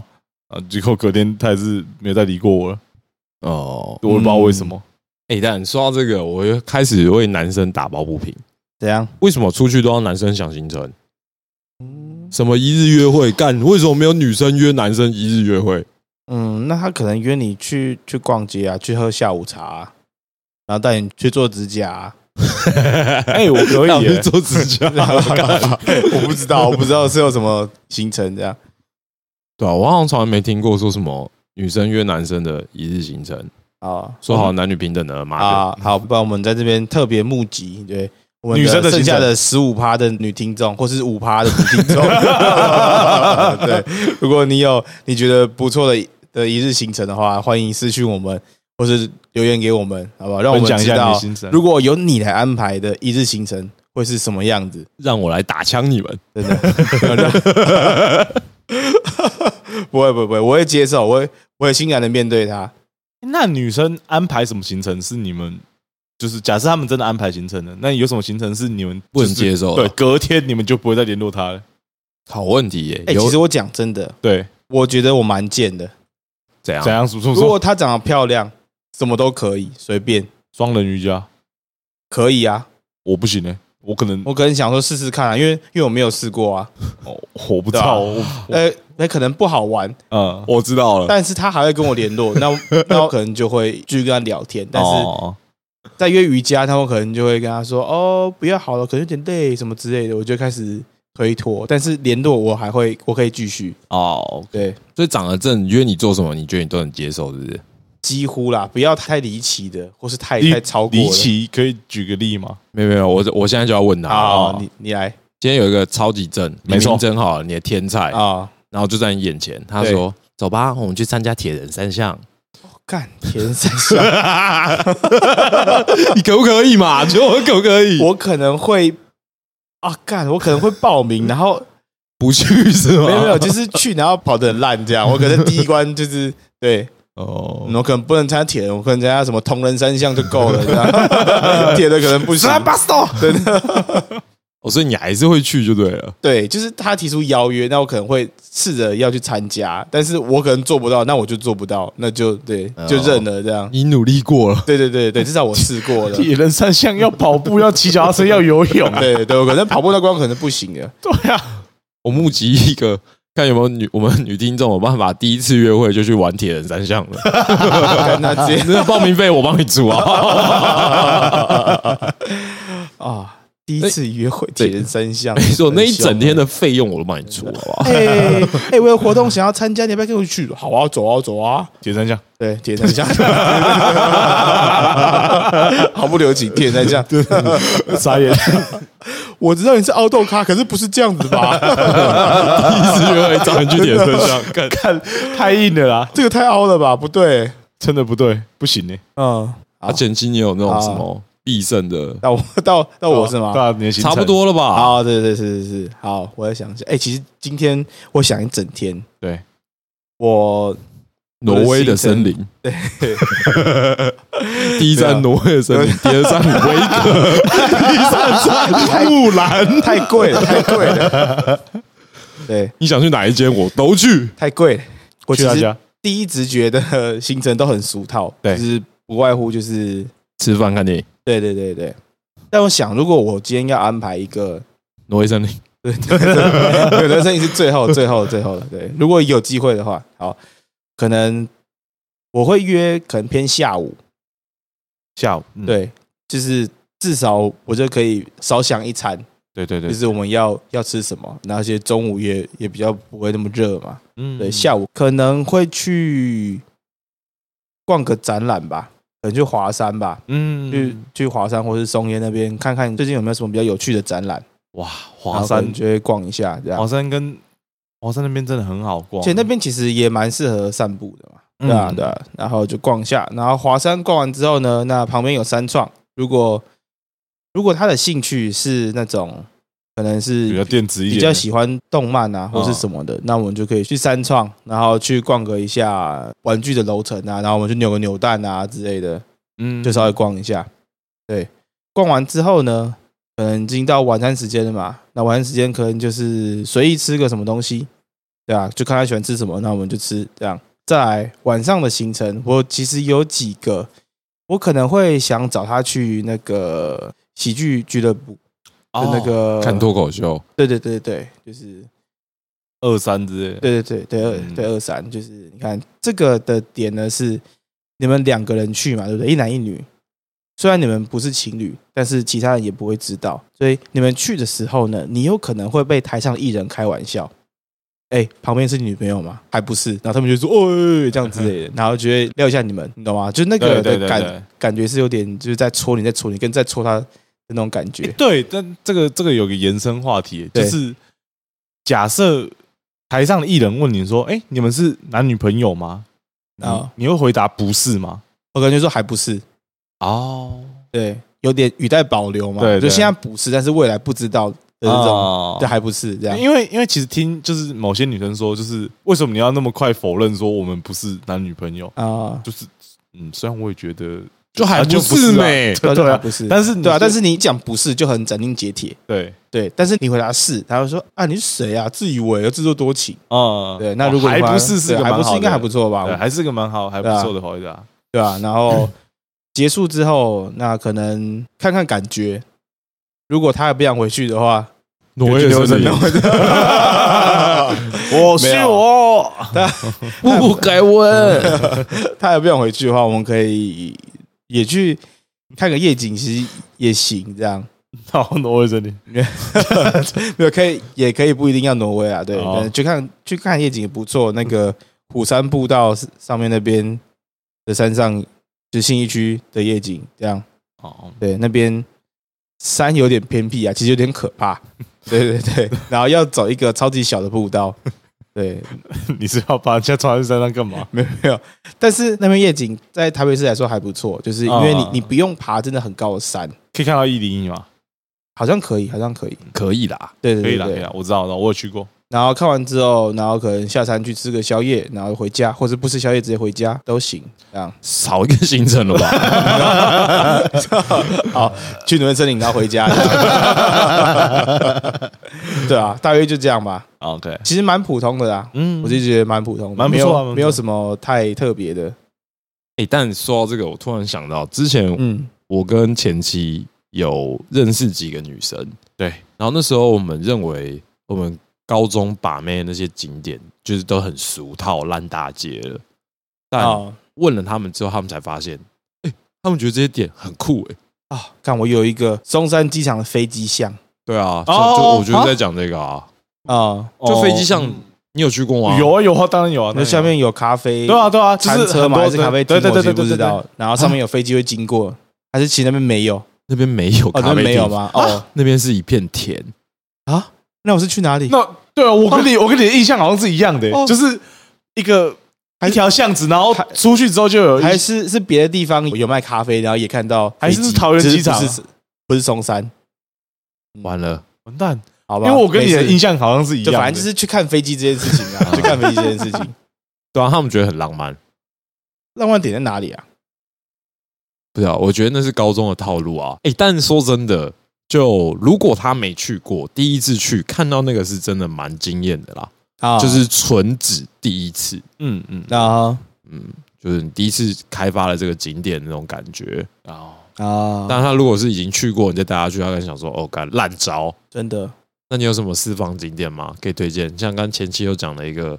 Speaker 2: 啊。结果隔天他也是没有再理过我了，
Speaker 3: 哦，
Speaker 2: 我也不知道为什么。
Speaker 1: 嗯
Speaker 3: 哎、但说到这个，我又开始为男生打抱不平。
Speaker 1: 怎样？
Speaker 3: 为什么出去都要男生想行程？什么一日约会干？为什么没有女生约男生一日约会？
Speaker 1: 嗯，那他可能约你去去逛街啊，去喝下午茶啊、然后带你去做指甲 啊、
Speaker 2: 哎、我可以、
Speaker 3: 要去
Speaker 2: 欸，
Speaker 3: 做指 甲？
Speaker 1: 我不知道，我不知道是有什么行程这样。
Speaker 3: 对啊，我好像从来没听过说什么女生约男生的一日行程，
Speaker 1: 啊
Speaker 3: 说好男女平等的，妈的！
Speaker 1: 啊，好，不然我们在这边特别募集对我们
Speaker 2: 女生的
Speaker 1: 剩下
Speaker 2: 行程
Speaker 1: 的十五趴的女听众，或是五趴的女 听众。对，如果你有你觉得不错的的一日行程的话，欢迎私讯我们，或是留言给我们，好不好？让我
Speaker 2: 分
Speaker 1: 们
Speaker 2: 享一
Speaker 1: 知
Speaker 2: 下你的
Speaker 1: 道，
Speaker 2: 心声。
Speaker 1: 如果由你来安排的一日行程会是什么样子。
Speaker 3: 让我来打枪你们。
Speaker 1: 真的。 不会不会不会，我会接受，我会我会欣然的面对他。
Speaker 2: 那女生安排什么行程是你们就是假设他们真的安排行程了，那有什么行程是你们
Speaker 3: 不能
Speaker 2: 就是
Speaker 3: 接受
Speaker 2: 对
Speaker 3: 的，
Speaker 2: 隔天你们就不会再联络他了。
Speaker 3: 好问题耶、
Speaker 1: 哎、
Speaker 3: 有
Speaker 1: 其实我讲真的，
Speaker 2: 对，
Speaker 1: 我觉得我蛮贱的。
Speaker 3: 怎样
Speaker 2: 怎样？什么什么
Speaker 1: 如果她长得漂亮，什么都可以，随便
Speaker 2: 双人瑜伽？
Speaker 1: 可以啊。
Speaker 2: 我不行呢、我可能
Speaker 1: 我可能想说试试看啊，因为因为我没有试过啊。
Speaker 2: 哦我不知道，我我
Speaker 1: 呃，那可能不好玩，
Speaker 2: 嗯，
Speaker 3: 我知道了，
Speaker 1: 但是她还会跟我联络，那那我可能就会继续跟她聊天。但是
Speaker 2: 哦
Speaker 1: 在约瑜伽，他们可能就会跟她说：“哦，不要好了，可能有点累什么之类的。”我就开始推脱，但是联络我还会，我可以继续。
Speaker 2: 哦，
Speaker 1: 对，
Speaker 3: 所以长得正约你做什么，你觉得你都能接受，是不是？
Speaker 1: 几乎啦，不要太离奇的，或是太
Speaker 2: 离
Speaker 1: 太超过
Speaker 2: 离
Speaker 1: 了。
Speaker 2: 奇，可以举个例吗？
Speaker 3: 没有没有，我我现在就要问他。
Speaker 1: 好，
Speaker 2: 哦
Speaker 1: 啊你你来
Speaker 3: 今天有一个超级正，
Speaker 2: 没错
Speaker 3: 明明真好了，你的天才，
Speaker 1: 啊，
Speaker 3: 然后就在你眼前，他说：“走吧，我们去参加铁人三 项。
Speaker 1: 干田三项，
Speaker 3: 你可不可以嘛？觉得我可不可以？
Speaker 1: 我可能会啊，干我可能会报名，然 后
Speaker 3: 不去是吗？
Speaker 1: 没有没有，就是去然后跑得很烂这样。我可能第一关就是对，
Speaker 3: 哦，
Speaker 1: 我可能不能参加铁人，我可能参加什么同人三项就够了，这样 铁的可能不 行。对
Speaker 3: 哦，所以你还是会去就对了。
Speaker 1: 对，就是他提出邀约，那我可能会试着要去参加，但是我可能做不到，那我就做不到，那就对
Speaker 3: 哦
Speaker 1: 就认了这样。
Speaker 3: 你努力过了，
Speaker 1: 对对对对，至少我试过 了。
Speaker 2: 铁人三项要跑步，要骑脚踏车，要游 泳。
Speaker 1: 对对，我可能跑步那关可能不行 的。
Speaker 2: 对啊，
Speaker 3: 我募集一个。”看有没有女我们女听众有办法第一次约会就去玩铁人三项了，
Speaker 1: 干他直接
Speaker 3: 那报名费我帮你出啊！
Speaker 1: 啊，第一次约会铁人三项，
Speaker 3: 没错，那一整天的费用我都帮你出，好不好？
Speaker 1: 哎 哎，我有活动想要参加，你要不要跟我去？好啊，走啊，走啊。
Speaker 2: 铁人三项，
Speaker 1: 对，铁人三项， 毫不留情，铁人三项。
Speaker 2: 傻 眼。
Speaker 1: 我知道你是奥豆咖，可是不是这样子吧？
Speaker 3: 第哎一次约会找你去铁人三项，干
Speaker 2: 看太硬了啦，
Speaker 1: 这个太凹了吧？不对，
Speaker 2: 真的不对，不行欸呢。
Speaker 1: 嗯，
Speaker 3: 啊，前期你有那种什么必胜的，
Speaker 1: 到我 到到哦我是吗？
Speaker 2: 对啊，你的行程
Speaker 3: 差不。多了吧？
Speaker 1: 好，对对是是是，好，我要想一下。哎，其实今天我想一整天，
Speaker 2: 对，
Speaker 1: 我
Speaker 3: 挪威的森林，对， 第一
Speaker 1: 对啊
Speaker 3: 站挪威的森 林，第二站维格，第三站木兰。
Speaker 1: 太贵了，太贵了，对，
Speaker 3: 你想去哪一间，我都去。
Speaker 1: 太贵了。我
Speaker 2: 去
Speaker 1: 其
Speaker 2: 他
Speaker 1: 实
Speaker 2: 家
Speaker 1: 第一直觉的行程都很俗套，
Speaker 2: 对
Speaker 1: 就是不外乎就是，
Speaker 3: 吃饭看电影，
Speaker 1: 对对对对。但我想，如果我今天要安排一个
Speaker 3: 挪威森林。
Speaker 1: 对，对对有的声音是最后、最后、最后的。对，如果有机会的话，好，可能我会约，可能偏下午，
Speaker 2: 下午。嗯
Speaker 1: 对，就是至少我就可以少想一餐，
Speaker 2: 对对对
Speaker 1: 就，是我们要要吃什么，然后其实中午也也比较不会那么热嘛。
Speaker 2: 嗯
Speaker 1: 对，下午可能会去逛个展览吧，可能去华山吧，
Speaker 2: 嗯
Speaker 1: 去去华山或是松烟那边看看最近有没有什么比较有趣的展览，
Speaker 2: 哇，
Speaker 1: 然
Speaker 2: 华
Speaker 1: 后可能
Speaker 2: 山，
Speaker 1: 就会逛一下这样
Speaker 2: 华。山跟华山那边真的很好逛，
Speaker 1: 而且那边其实也蛮适合散步的嘛，
Speaker 2: 嗯
Speaker 1: 对啊对啊，然后就逛一下，然后华山逛完之后呢，那旁边有三创，如果如果他的兴趣是那种可能
Speaker 2: 比较
Speaker 1: 是
Speaker 2: 电子一
Speaker 1: 比
Speaker 2: 点，
Speaker 1: 较喜欢动漫啊或是
Speaker 2: 嗯
Speaker 1: 什么的，那我们就可以去三创，然后去逛个一下玩具的楼层啊，然后我们去扭个扭蛋啊之类的，
Speaker 2: 嗯
Speaker 1: 就稍微逛一下。对，逛完之后呢，可能已经到晚餐时间了嘛。那晚餐时间可能就是随意吃个什么东西，对啊，就看他喜欢吃什么，那我们就吃这样。再来晚上的行程，我其实有几个，我可能会想找他去那个喜剧俱乐部，就那
Speaker 2: 哦
Speaker 1: 个
Speaker 3: 看脱口秀，
Speaker 1: 对对对对，就是
Speaker 2: 二三之类的，
Speaker 1: 对对对对二
Speaker 2: 嗯
Speaker 1: 对二三，就是你看这个的点呢是你们两个人去嘛，对不对？一男一女，虽然你们不是情侣，但是其他人也不会知道，所以你们去的时候呢，你有可能会被台上艺人开玩笑。哎，旁边是你女朋友吗？还不是，然后他们就说哦、哎哎这样之 类的，然后就会撩一下你们，你懂吗？就那个
Speaker 2: 对对
Speaker 1: 的
Speaker 2: 对
Speaker 1: 感
Speaker 2: 对
Speaker 1: 感觉是有点就是在戳你，在戳你，跟在戳他的那种感觉
Speaker 2: 诶。对，但这个这个有个延伸话题，就
Speaker 1: 对
Speaker 2: 是假设台上的艺人问你说：“哎，你们是男女朋友吗？”啊
Speaker 1: 啊，
Speaker 2: 你会回答不是吗？
Speaker 1: 我感觉说还不是，
Speaker 2: 哦，
Speaker 1: 对，有点语带保留嘛。
Speaker 2: 对对
Speaker 1: 就现在不是，但是未来不知道的那种，啊这
Speaker 2: 种
Speaker 1: 还不是这样。
Speaker 2: 哦因为因为其实听就是某些女生说，就是为什么你要那么快否认说我们不是男女朋友？
Speaker 1: 啊、
Speaker 2: 就是嗯，虽然我也觉得
Speaker 3: 就还
Speaker 2: 啊就不
Speaker 3: 是
Speaker 2: 是啊
Speaker 3: 美，
Speaker 2: 对
Speaker 1: 对
Speaker 2: 啊
Speaker 1: 不是，
Speaker 2: 但是你
Speaker 1: 对啊，
Speaker 2: 是
Speaker 1: 但是你讲不是就很斩钉截铁，
Speaker 2: 对
Speaker 1: 对，但是你回答是，他会说啊，你是谁啊？自以为自作多情，
Speaker 2: 啊，
Speaker 1: 嗯对，那如果
Speaker 2: 还
Speaker 1: 你把
Speaker 2: 不是是
Speaker 1: 对
Speaker 2: 个
Speaker 1: 还
Speaker 2: 蛮
Speaker 1: 不是
Speaker 2: 好
Speaker 1: 应该
Speaker 2: 的
Speaker 1: 还不错吧？
Speaker 2: 对还是个蛮好还不
Speaker 1: 对啊
Speaker 2: 错的回答。
Speaker 1: 对啊，然后结束之后，那可能看看感觉，如果他还不想回去的话，
Speaker 3: 挪威的森林，
Speaker 2: 我
Speaker 1: 是
Speaker 2: 我，
Speaker 3: 步步改温。
Speaker 1: 他还不想回去的话，我们可以也去看个夜景，其实也行，这样
Speaker 2: 然后挪威森林，
Speaker 1: 没有可以也可以不一定要挪威啊，对，
Speaker 2: 哦
Speaker 1: 可能去看去看夜景也不错。那个虎山步道上面那边的山上，就信义区的夜景，这样
Speaker 2: 哦，
Speaker 1: 对，那边山有点偏僻啊，其实有点可怕。 对对对，然后要走一个超级小的步道，对，
Speaker 2: 你是要把人家抓去山上 干嘛？
Speaker 1: 没有没有，但是那边夜景在台北市来说还不错，就是因为你
Speaker 2: 啊
Speaker 1: 你不用爬真的很高的山，
Speaker 2: 可以看到一零一吗？
Speaker 1: 好像可以，好像可以，
Speaker 3: 可以啦，
Speaker 1: 对
Speaker 2: 可
Speaker 1: 对
Speaker 2: 以啦，
Speaker 1: 对
Speaker 2: 可以
Speaker 1: 对。
Speaker 2: 啦，我知道，我知道，我有去过。
Speaker 1: 然后看完之后，然后可能下山去吃个宵夜，然后回家，或者不吃宵夜直接回家都 行， 这样。
Speaker 3: 少一个行程了吧？
Speaker 1: 好，去挪威森林然后回家，这 样对啊，大约就这样吧。
Speaker 2: OK，
Speaker 1: 其实蛮普通的啦，啊
Speaker 2: 嗯
Speaker 1: 我就觉得蛮普通的，
Speaker 2: 蛮不
Speaker 1: 没
Speaker 2: 错啊蛮
Speaker 1: 有
Speaker 2: 不错
Speaker 1: 没有什么太特别的。
Speaker 3: 哎，但说到这个，我突然想到，之前
Speaker 1: 嗯
Speaker 3: 我跟前妻有认识几个女生，
Speaker 2: 对，
Speaker 3: 然后那时候我们认为我们高中把妹的那些景点就是都很俗套烂大街了，
Speaker 2: 哎
Speaker 3: 但
Speaker 1: 哦
Speaker 3: 问了他们之后，他们才发现，哎，他们觉得这些点很酷哎、
Speaker 1: 啊，看我有一个松山机场的飞机巷
Speaker 3: 对啊，就
Speaker 2: 哦
Speaker 3: 就我就
Speaker 2: 啊
Speaker 3: 是在讲这个啊，
Speaker 1: 啊，
Speaker 3: 就飞机
Speaker 2: 上
Speaker 3: 上你有去过吗？
Speaker 2: 有啊有啊，当然有啊，
Speaker 1: 那
Speaker 2: 当然有啊
Speaker 1: 下面有咖啡，
Speaker 2: 对啊对啊，就
Speaker 1: 餐
Speaker 2: 是
Speaker 1: 车
Speaker 2: 很
Speaker 1: 嘛
Speaker 2: 多
Speaker 1: 还是咖啡厅，
Speaker 2: 对对
Speaker 1: 我
Speaker 2: 对
Speaker 1: 其实
Speaker 2: 对，
Speaker 1: 不
Speaker 2: 对
Speaker 1: 知。
Speaker 2: 对
Speaker 1: 道
Speaker 2: 对。
Speaker 1: 然后上面有飞机会经过，还是其实那边没有？
Speaker 3: 那边没有
Speaker 1: 哦，
Speaker 3: 咖
Speaker 1: 那
Speaker 3: 啡
Speaker 1: 边没有
Speaker 3: 厅？
Speaker 2: 啊
Speaker 1: 吗？哦，
Speaker 3: 那边是一片田，
Speaker 1: 啊，那我是去哪里？
Speaker 2: 那对啊，我跟 你我跟你的印象好像是一样的欸
Speaker 1: 哦，
Speaker 2: 就是一个
Speaker 1: 还
Speaker 2: 一
Speaker 1: 是
Speaker 2: 条巷子，然后出去之后就有一
Speaker 1: 还是是别的地方有卖咖啡，然后也看到飞
Speaker 2: 还
Speaker 1: 机，
Speaker 2: 是桃园
Speaker 1: 只是
Speaker 2: 机场啊
Speaker 1: 不是不是松山，嗯
Speaker 3: 完了，
Speaker 2: 完蛋，
Speaker 1: 好吧？
Speaker 2: 因为我跟你的
Speaker 1: 没事
Speaker 2: 印象好像是一
Speaker 1: 就
Speaker 2: 样的，
Speaker 1: 反正就是去看飞机这件事情 啊，去看飞机这件事情，
Speaker 3: 对啊，他们觉得很浪漫。
Speaker 1: 浪漫点在哪里啊？
Speaker 3: 不知道，啊我觉得那是高中的套路啊。哎、但说真的，就如果他没去过，第一次去看到那个是真的蛮惊艳的啦，
Speaker 1: 啊，
Speaker 3: 就是纯指第一次，
Speaker 2: 嗯嗯
Speaker 1: 啊
Speaker 3: 嗯，就是你第一次开发了这个景点那种感觉。
Speaker 2: 哦，
Speaker 1: 啊，
Speaker 3: 但他如果是已经去过，你再带他去，他可能想说，哦，干烂招。
Speaker 1: 真的
Speaker 3: 那你有什么私房景点吗？可以推荐？像刚前期又讲了一个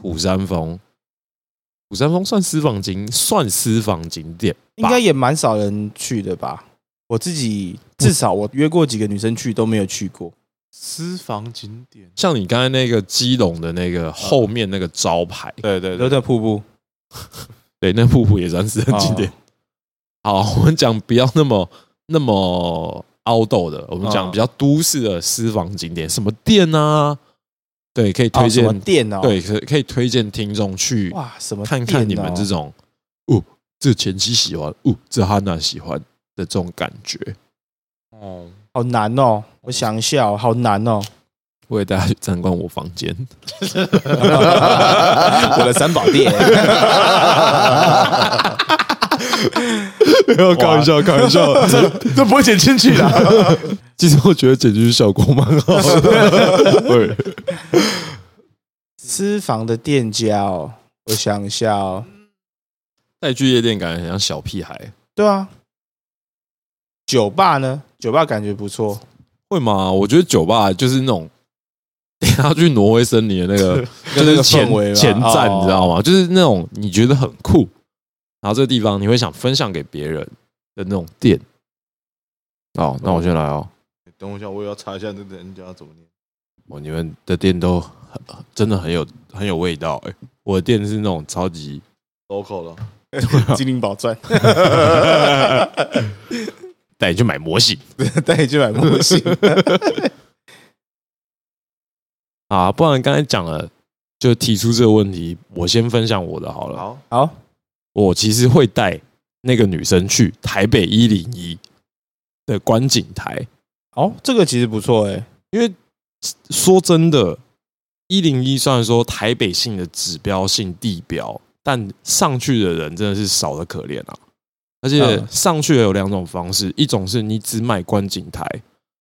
Speaker 3: 虎山峰，虎山峰算私房景，算私房景点吧，
Speaker 1: 应该也蛮少人去的吧？我自己至少我约过几个女生去都没有去过。
Speaker 2: 私房景点，
Speaker 3: 像你刚才那个基隆的那个后面那个招牌，
Speaker 2: 对对
Speaker 1: 都在
Speaker 2: 对，
Speaker 1: 瀑布，
Speaker 3: 对，那瀑布也算是很经典。好，我们讲不要那么那么凹斗的，我们讲
Speaker 2: 嗯
Speaker 3: 比较都市的私房景点，什么店啊？对，可以推
Speaker 1: 哦什
Speaker 3: 荐，
Speaker 1: 么店哦？，
Speaker 3: 对，可可以推荐听众去
Speaker 1: 哇，什么
Speaker 3: 看看你
Speaker 1: 店哦
Speaker 3: 们这种，哦，这前妻喜欢，哦，这哈娜喜欢的这种感觉。
Speaker 2: 哦，
Speaker 1: 好难哦！我想一下、哦，好难 哦！
Speaker 3: 我也带他去参观我房间，
Speaker 1: 我的三宝 店，
Speaker 3: 没有开玩笑，开玩 笑。
Speaker 2: 这不会剪进去的，
Speaker 3: 其实我觉得剪辑效果蛮好 的，对，
Speaker 1: 私房的店家哦，我想一下哦，
Speaker 3: 带去夜店感觉很像小屁孩。
Speaker 1: 对啊，酒吧呢？酒吧感觉不 错，
Speaker 3: 会吗？我觉得酒吧就是那种， 等一下去挪威森林的那 个，就
Speaker 1: 那
Speaker 3: 是
Speaker 1: 个
Speaker 3: 前
Speaker 1: 氛围吧
Speaker 3: 前站，
Speaker 1: 哦
Speaker 3: 你知道吗？就是那种你觉得很酷，然后这个地方你会想分享给别人的那种店。哦，那我先来哦。
Speaker 2: 等我一下，我也要查一下那个人家怎么念。
Speaker 3: 哦，你们的店都很真的很有很有味道哎、我的店是那种超级
Speaker 2: local 了，
Speaker 1: 《精灵宝 钻》
Speaker 3: 带你去买模型
Speaker 1: 带你去买模型。
Speaker 3: 啊，不然刚才讲了，就提出这个问题，我先分享我的好了。
Speaker 2: 好，
Speaker 1: 好，
Speaker 3: 我其实会带那个女生去台北一零一的观景台，
Speaker 1: 哦，这个其实不错哎，
Speaker 3: 因为说真的，一零一虽然说台北性的指标性地标，但上去的人真的是少的可怜啊。而且
Speaker 2: 嗯
Speaker 3: 上去也有两种方式，一种是你只买观景台，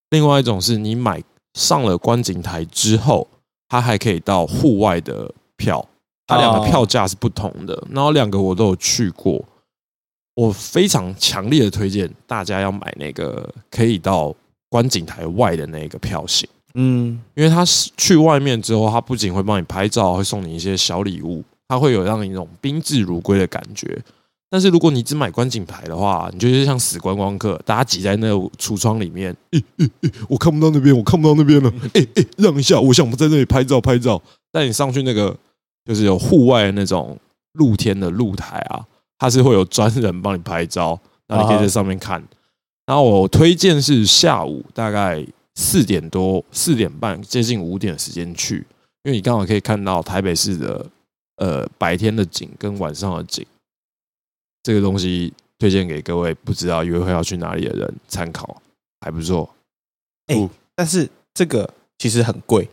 Speaker 3: 另外一种是你买上了观景台之后，它还可以到户外的票，它两个
Speaker 1: 哦
Speaker 3: 票价是不同的。然后两个我都有去过，我非常强烈的推荐大家要买那个可以到观景台外的那个票型。
Speaker 1: 嗯，
Speaker 3: 因为他是去外面之后，他不仅会帮你拍照，会送你一些小礼物，他会有让你一种宾至如归的感觉。但是如果你只买观景台的话，你就是像死观光客，大家挤在那个橱窗里面，诶诶诶，我看不到那边，我看不到那边了，诶诶，让一下，我想我们在那里拍照拍照。但你上去那个就是有户外的那种露天的露台啊，它是会有专人帮你拍照，那你可以在上面看。然后我推荐是下午大概四点多、四点半，接近五点的时间去，因为你刚好可以看到台北市的呃白天的景跟晚上的景。这个东西推荐给各位不知道约会要去哪里的人参考，还不错。
Speaker 1: 但是这个其实很贵，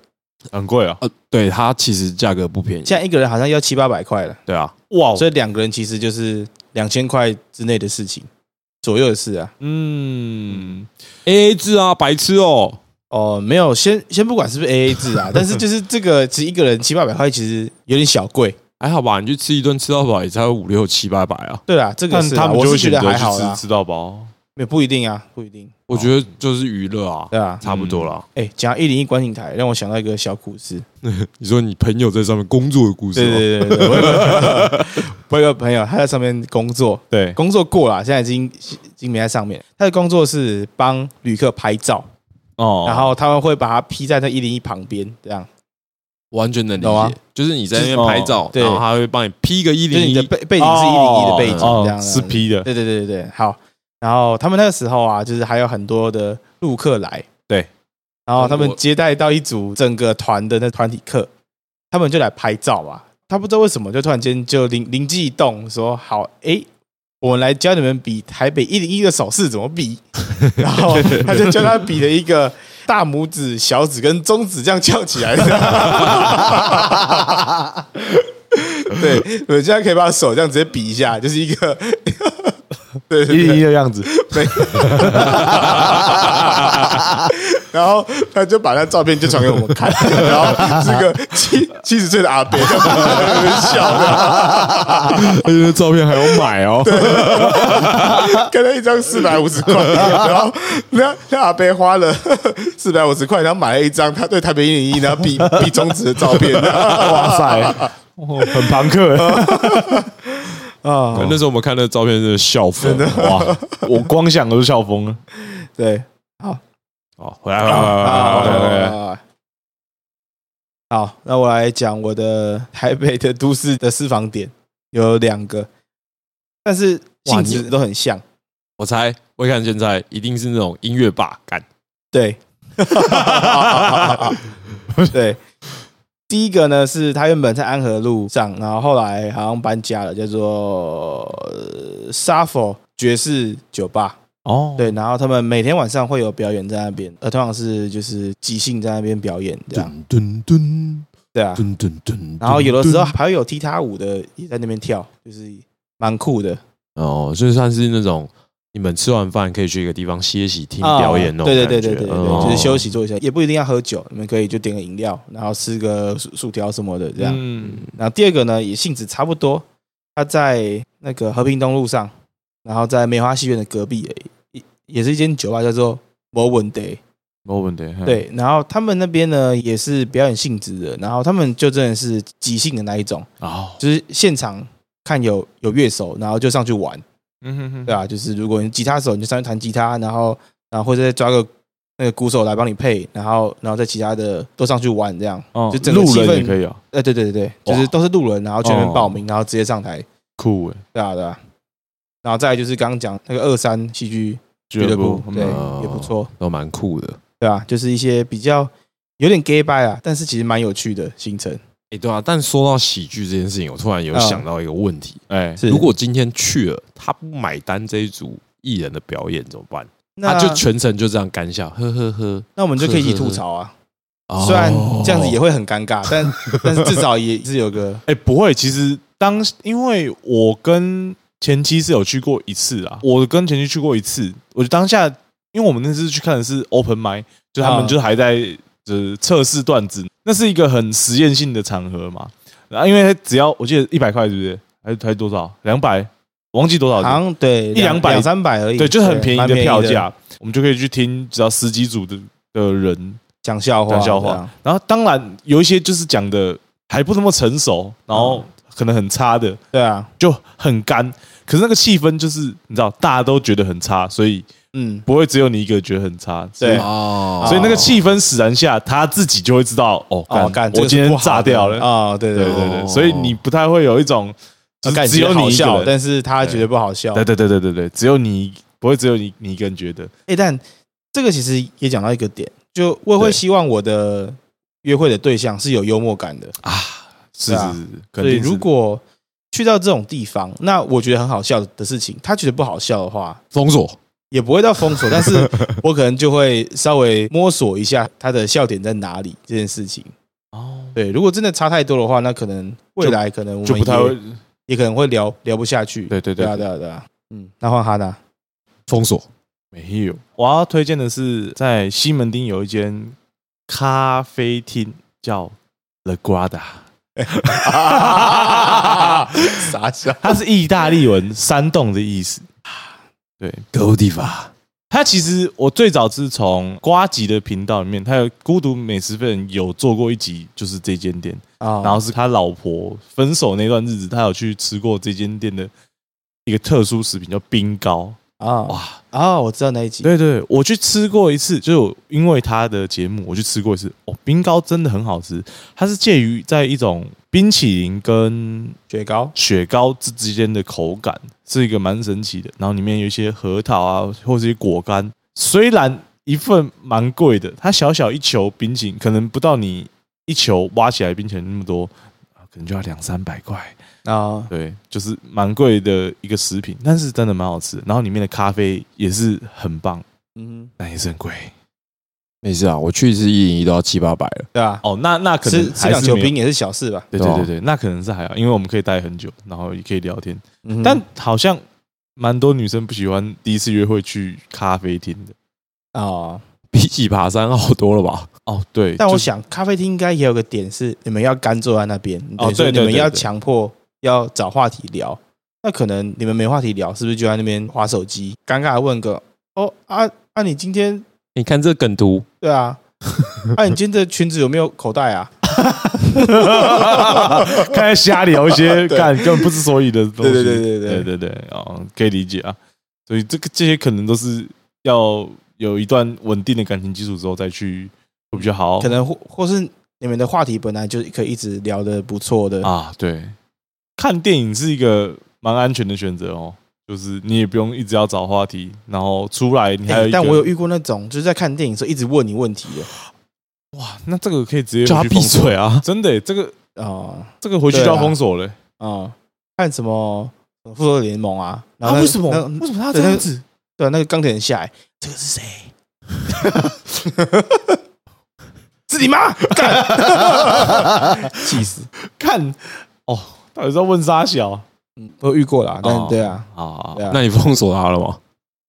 Speaker 2: 很贵啊！
Speaker 3: 呃，对，它其实价格不便宜，
Speaker 1: 现在一个人好像要七八百块了，
Speaker 3: 对啊，
Speaker 2: 哇，
Speaker 1: 所以两个人其实就是两千块之内的事情左右的事啊。
Speaker 2: 嗯，
Speaker 3: A A 制啊，白痴哦，
Speaker 1: 哦，没有，先先不管是不是 A A 制啊，但是就是这个，其实一个人七八百块其实有点小贵。
Speaker 3: 还好吧？你去吃一顿吃到饱也才五六七八百啊，
Speaker 1: 对啦，这个
Speaker 2: 但
Speaker 1: 是啊
Speaker 2: 他们
Speaker 1: 我
Speaker 2: 就会
Speaker 1: 是觉
Speaker 2: 选
Speaker 1: 得
Speaker 2: 择
Speaker 1: 还
Speaker 2: 去
Speaker 1: 好啦
Speaker 2: 吃，吃到饱。
Speaker 1: 也不一定啊，不一定，
Speaker 3: 我觉得就是娱乐啊，
Speaker 1: 对啊。
Speaker 3: 差不多啦。
Speaker 1: 哎，讲一零一观景台，让我想到一个小故事。
Speaker 3: 你说你朋友在上面工作的故事
Speaker 1: 对
Speaker 3: 吗？
Speaker 1: 对对对，对我有个 我有个朋友，他在上面工作，
Speaker 2: 对，
Speaker 1: 工作过了，现在已经已经没在上面了。他的工作是帮旅客拍照，
Speaker 2: 哦，
Speaker 1: 然后他们会把它披在那一零一旁边，这样
Speaker 3: 完全能理
Speaker 1: 懂啊
Speaker 3: 解，就是你在那边拍照，
Speaker 1: 就是哦
Speaker 3: 然后他会帮你 P 个一
Speaker 1: 就是
Speaker 3: 零
Speaker 1: 你的
Speaker 3: 一，
Speaker 1: 背背景是一零一的背景，
Speaker 2: 哦
Speaker 1: 这样
Speaker 2: 是
Speaker 1: 子。
Speaker 2: P 的，
Speaker 1: 对对对对对，好。然后他们那个时候啊，就是还有很多的陆客来，
Speaker 2: 对。
Speaker 1: 然后他们接待到一组整个团的那团体客，他们就来拍照嘛。他不知道为什么，就突然间就灵灵机一动，说：“好，诶，我们来教你们比台北一零一的手势怎么 比。”然后他就教他比了一个大拇指、小指跟中指这样翘起 来的。对，我现在可以把手这样直接比一下，就是一个
Speaker 2: 一零一的样子，
Speaker 1: 然后他就把那照片就传给我们看，然后是个七七十岁的阿伯， 在那边笑的，
Speaker 3: 而且哎那照片还要买哦，
Speaker 1: 给他一张四百五十块，然后那那阿伯花了 四百五十块，然后买了一张他对台北一零一，然后比比中指的照片，
Speaker 2: 哇塞，哦很朋 克。
Speaker 1: 啊，
Speaker 3: 那时候我们看那照片真的笑疯，哇！
Speaker 2: 我光想我就笑疯了。
Speaker 1: 对，
Speaker 3: 好，哦回来回来回来回来回来回来，
Speaker 1: 啊。好，那我来讲我的台北的都市的私房点有两个，但是性
Speaker 3: 哇你
Speaker 1: 质都很像。
Speaker 3: 我猜我看现在一定是那种音乐吧，干
Speaker 1: 对，对。第一个呢是他原本在安和路上，然后后来好像搬家了，叫做 s a f o 爵士酒吧。
Speaker 2: 哦，
Speaker 1: 对，然后他们每天晚上会有表演在那边，呃，通常是就是即兴在那边表演这样。
Speaker 3: 噔噔噔
Speaker 1: 对啊，
Speaker 3: 噔噔噔，
Speaker 1: 然后有的时候还会有踢踏舞的也在那边跳，就是蛮酷的。
Speaker 3: 哦，就算是那种你们吃完饭可以去一个地方歇息听表演那种
Speaker 1: 啊对
Speaker 3: 感觉，
Speaker 1: 对对对对对
Speaker 3: 嗯
Speaker 1: 对，就是休息做一下，也不一定要喝酒，你们可以就点个饮料，然后吃个薯薯条什么的这样。
Speaker 2: 嗯，
Speaker 1: 然后第二个呢，也性质差不多，它在那个和平东路上，然后在梅花戏院的隔壁而已，也也是一间酒吧，叫做 m o w e n Day。
Speaker 2: 没问题。嘿，
Speaker 1: 对，然后他们那边呢也是表演性质的，然后他们就真的是即兴的那一种，
Speaker 3: 哦，
Speaker 1: 就是现场看有有乐手，然后就上去玩，
Speaker 2: 嗯哼哼
Speaker 1: 对啊，就是如果你吉他手，你就上去弹吉他，然后然后或者再抓个那个鼓手来帮你配，然后然后再其他的都上去玩这样。
Speaker 2: 哦
Speaker 1: 就整个
Speaker 2: 路
Speaker 1: 气
Speaker 2: 人也
Speaker 1: 氛
Speaker 2: 可以啊，
Speaker 1: 哎，对对对对，就
Speaker 2: 哇哦
Speaker 1: 是都是路人，然后全员报名，然后直接上台
Speaker 2: 酷哎，
Speaker 1: 对啊，对啊。然后再来就是刚刚讲那个二三戏剧
Speaker 2: 俱乐部
Speaker 1: 对，
Speaker 2: 嗯
Speaker 3: 嗯
Speaker 1: 也不错，
Speaker 3: 都蛮酷的。
Speaker 1: 对啊，就是一些比较有点 gay bye 啊，但是其实蛮有趣的行程。
Speaker 3: 哎，对啊，但说到喜剧这件事情，我突然有
Speaker 1: 嗯
Speaker 3: 想到一个问题，
Speaker 2: 哎，
Speaker 1: 是
Speaker 3: 如果今天去了，他不买单这一组艺人的表演怎么办？
Speaker 1: 那
Speaker 2: 啊
Speaker 3: 他就全程就这样干笑，呵呵呵。哦
Speaker 1: 那我们就可以一起吐槽啊， 虽然
Speaker 2: 哦
Speaker 1: 这样子也
Speaker 3: 会
Speaker 1: 会很尴尬，但 但是至少也是有个
Speaker 2: 哎，不会，其实当因为我跟前妻是有去过一次啊，我跟前妻去过一次，我就当下，因为我们那次去看的是 open m i 就他们
Speaker 1: 啊
Speaker 2: 就还在就是测试段子，那是一个很实验性的场合嘛。然后因为只要我记得一百块，是不是？还还多少？两百？忘记多少钱？
Speaker 1: 好像对
Speaker 2: 一两百
Speaker 1: 两三百而已，
Speaker 2: 对，就是很便宜
Speaker 1: 蛮
Speaker 2: 的
Speaker 1: 便宜
Speaker 2: 票价，我们就可以去听只要十几组的的人
Speaker 1: 讲笑话，
Speaker 2: 讲笑话
Speaker 1: 这样，
Speaker 2: 然后当然有一些就是讲的还不那么成熟，然
Speaker 1: 嗯
Speaker 2: 后可能很差的
Speaker 1: 对啊，
Speaker 2: 就很干，可是那个气氛就是你知道大家都觉得很差，所以
Speaker 1: 嗯，
Speaker 2: 不会只有你一个觉得很差，所以
Speaker 1: 对啊
Speaker 3: 哦
Speaker 2: 所以那个气氛使然下，他自己就会知道哦，
Speaker 1: 哦，干，这
Speaker 2: 我
Speaker 1: 个是
Speaker 2: 今天
Speaker 1: 不好
Speaker 2: 炸
Speaker 1: 的
Speaker 2: 掉了，
Speaker 1: 啊，对
Speaker 2: 对
Speaker 1: 对
Speaker 2: 对
Speaker 1: 对，
Speaker 2: 对，
Speaker 3: 哦
Speaker 2: 所以你不太会有一种
Speaker 1: 啊
Speaker 2: 就是
Speaker 1: 干
Speaker 2: 只有
Speaker 1: 觉得
Speaker 2: 你
Speaker 1: 好
Speaker 2: 一个
Speaker 1: 笑，
Speaker 2: 人，
Speaker 1: 但是他觉得不好笑，
Speaker 2: 对对对对对对，只有你不会只有你你一个人觉得，
Speaker 1: 哎、但这个其实也讲到一个点，就我也会
Speaker 2: 对
Speaker 1: 希望我的约会的对象是有幽默感的，
Speaker 2: 是
Speaker 1: 对
Speaker 2: 是
Speaker 1: 啊
Speaker 2: 是，
Speaker 1: 所
Speaker 2: 肯
Speaker 1: 以
Speaker 2: 定是
Speaker 1: 如果去到这种地方，那我觉得很好笑的事情，他觉得不好笑的话，
Speaker 3: 封锁
Speaker 1: 也不会到封 锁，但是我可能就会稍微摸索一下他的笑点在哪里这件事情。
Speaker 2: 哦
Speaker 1: 对，如果真的差太多的话，那可能未来可能我们
Speaker 2: 就不太
Speaker 1: 也
Speaker 2: 会，
Speaker 1: 也可能会聊聊不下去。
Speaker 2: 对对
Speaker 1: 对
Speaker 2: 对
Speaker 1: 啊，对啊，对啊。嗯，那换哈娜，
Speaker 3: 封锁
Speaker 2: 没有，我要推荐的是在西门町有一间咖啡厅叫 La Guarda，
Speaker 1: 傻笑。
Speaker 2: 它是意大利文“山洞”的意思。对，
Speaker 3: ，Go Diva，
Speaker 2: 它其实我最早是从瓜吉的频道里面，他有孤独美食人有做过一集，就是这间店，
Speaker 1: 啊
Speaker 2: 然后是他老婆分手那段日子，他有去吃过这间店的一个特殊食品叫冰糕，
Speaker 1: 啊
Speaker 2: 哇！
Speaker 1: 啊！我知道那一集，
Speaker 2: 对对，我去吃过一次，就是我因为他的节目，我去吃过一次。哦，冰糕真的很好吃，它是介于在一种冰淇淋跟
Speaker 1: 雪糕
Speaker 2: 雪糕之之间的口感，是一个蛮神奇的。然后里面有一些核桃啊，或者一些果干，虽然一份蛮贵的，它小小一球冰淇淋，可能不到你一球挖起来冰淇淋那么多，啊可能就要两三百块。
Speaker 1: 啊，
Speaker 2: 对，就是蛮贵的一个食品，但是真的蛮好吃的。然后里面的咖啡也是很棒。
Speaker 1: 嗯，
Speaker 2: 那也是很贵
Speaker 3: 没事啊，我去一次一零一都要七八百了，
Speaker 1: 对啊，
Speaker 2: 哦。那那可能
Speaker 1: 吃吃
Speaker 2: 还
Speaker 1: 两
Speaker 2: 是
Speaker 1: 球
Speaker 2: 没有
Speaker 1: 冰，也是小事吧。
Speaker 2: 对
Speaker 3: 对
Speaker 2: 对
Speaker 3: 啊
Speaker 2: 对对，那可能是还好，因为我们可以待很久，然后也可以聊天。
Speaker 1: 嗯
Speaker 2: 但好像蛮多女生不喜欢第一次约会去咖啡厅的
Speaker 1: 哦，
Speaker 3: 比起爬山好多了吧？
Speaker 2: 哦。对，
Speaker 1: 但我
Speaker 2: 就是
Speaker 1: 想咖啡厅应该也有个点是，你们要干坐在那边，
Speaker 2: 哦
Speaker 1: 等于说
Speaker 2: 对
Speaker 1: 你
Speaker 2: 对
Speaker 1: 们
Speaker 2: 对
Speaker 1: 要
Speaker 2: 对
Speaker 1: 强迫要找话题聊。那可能你们没话题聊，是不是就在那边划手机？尴尬的问个哦啊啊，你今天
Speaker 3: 你看这梗图，
Speaker 1: 对 啊，啊你今天这裙子有没有口袋啊？
Speaker 2: 刚才瞎聊一 些
Speaker 1: 对
Speaker 2: 干根本不知所以的东西。
Speaker 1: 对对对对
Speaker 2: 对
Speaker 1: 对
Speaker 2: 对对哦，可以理解啊。所以这个这些可能都是要有一段稳定的感情基础之后再去会比较好。
Speaker 1: 可能或或是你们的话题本来就可以一直聊得不错的
Speaker 2: 啊，对，看电影是一个蛮安全的选择哦，就是你也不用一直要找话题，然后出来你还
Speaker 1: 哎
Speaker 2: 有一个、
Speaker 1: 但我有遇过那种就是在看电影的时候一直问你问题的
Speaker 2: 哇，啊那这个可以直接
Speaker 3: 叫他
Speaker 2: 回去
Speaker 3: 闭
Speaker 2: 封锁，
Speaker 3: 嘴啊！
Speaker 2: 真的耶这个
Speaker 1: 哦
Speaker 2: 这个回去就
Speaker 1: 对
Speaker 2: 要
Speaker 1: 啊
Speaker 2: 封锁了。
Speaker 1: 哦，看什么《复仇者联盟》啊，然后那个那
Speaker 2: 为什么他
Speaker 1: 对那个
Speaker 2: 啊子？
Speaker 1: 对，啊那个钢铁人下来，这个 是谁？是你妈！ 干气死！
Speaker 2: 看哦，到底是要问沙小
Speaker 1: 嗯，都遇过啦，但
Speaker 2: 哦
Speaker 1: 对啊，
Speaker 2: 啊
Speaker 1: 对？啊，
Speaker 3: 那你封锁他了吗？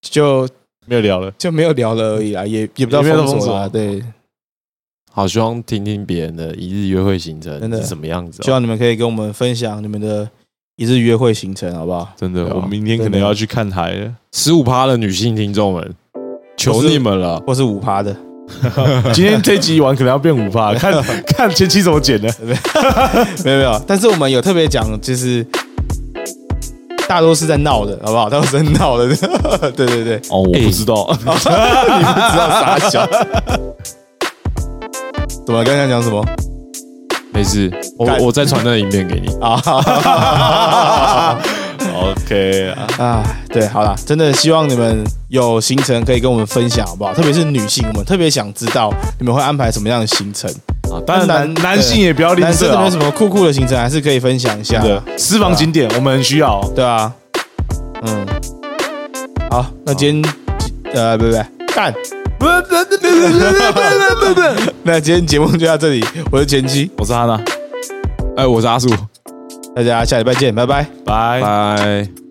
Speaker 1: 就
Speaker 2: 没有聊了，
Speaker 1: 就没有聊了而已啦，也也不知道
Speaker 2: 也没有
Speaker 1: 封锁
Speaker 2: 封锁啊
Speaker 1: 啦，对，
Speaker 3: 好，希望听听别人的一日约会行程
Speaker 1: 真的
Speaker 3: 是什么样子、
Speaker 1: 希
Speaker 3: 哦。
Speaker 1: 望你们可以跟我们分享你们的一日约会行程，好不好？
Speaker 2: 真的，
Speaker 3: 对啊
Speaker 2: 我明天可能
Speaker 1: 真的
Speaker 2: 要去看海了。
Speaker 3: 十五趴的女性听众们，求你们了！
Speaker 1: 或是五趴 的，
Speaker 2: 今天这集完可能要变五趴， 看看前期怎么 剪呢？
Speaker 1: 没有没有，但是我们有特别讲，就是大多是在闹的，好不好？大多是在闹的， 对对对，
Speaker 2: 哦，我
Speaker 3: 哎
Speaker 2: 不知 道，
Speaker 1: 你们知道傻小。怎么？刚刚讲什么？
Speaker 3: 哎没事，
Speaker 1: 干
Speaker 3: 我我再传那影片给你。
Speaker 1: 啊
Speaker 2: OK 啊，
Speaker 1: 啊，对，好啦，真的希望你们有行程可以跟我们分享，好不好？特别是女性，我们特别想知道你们会安排什么样的行程。
Speaker 2: 啊当然男
Speaker 1: 男
Speaker 2: 男性也不要吝
Speaker 1: 男生
Speaker 2: 啬
Speaker 1: 有没
Speaker 2: 啊
Speaker 1: 有什。么酷酷的行程，还是可以分享一下，
Speaker 2: 的私房景点，我们很需要。
Speaker 1: 对啊，嗯，好，那今天呃，不不不，干， 那今天节目就到这里，我是前妻，
Speaker 2: 我是哈娜，
Speaker 3: 哎，我是阿树，
Speaker 1: 大家下礼拜见，拜拜。
Speaker 2: 拜。
Speaker 3: 拜。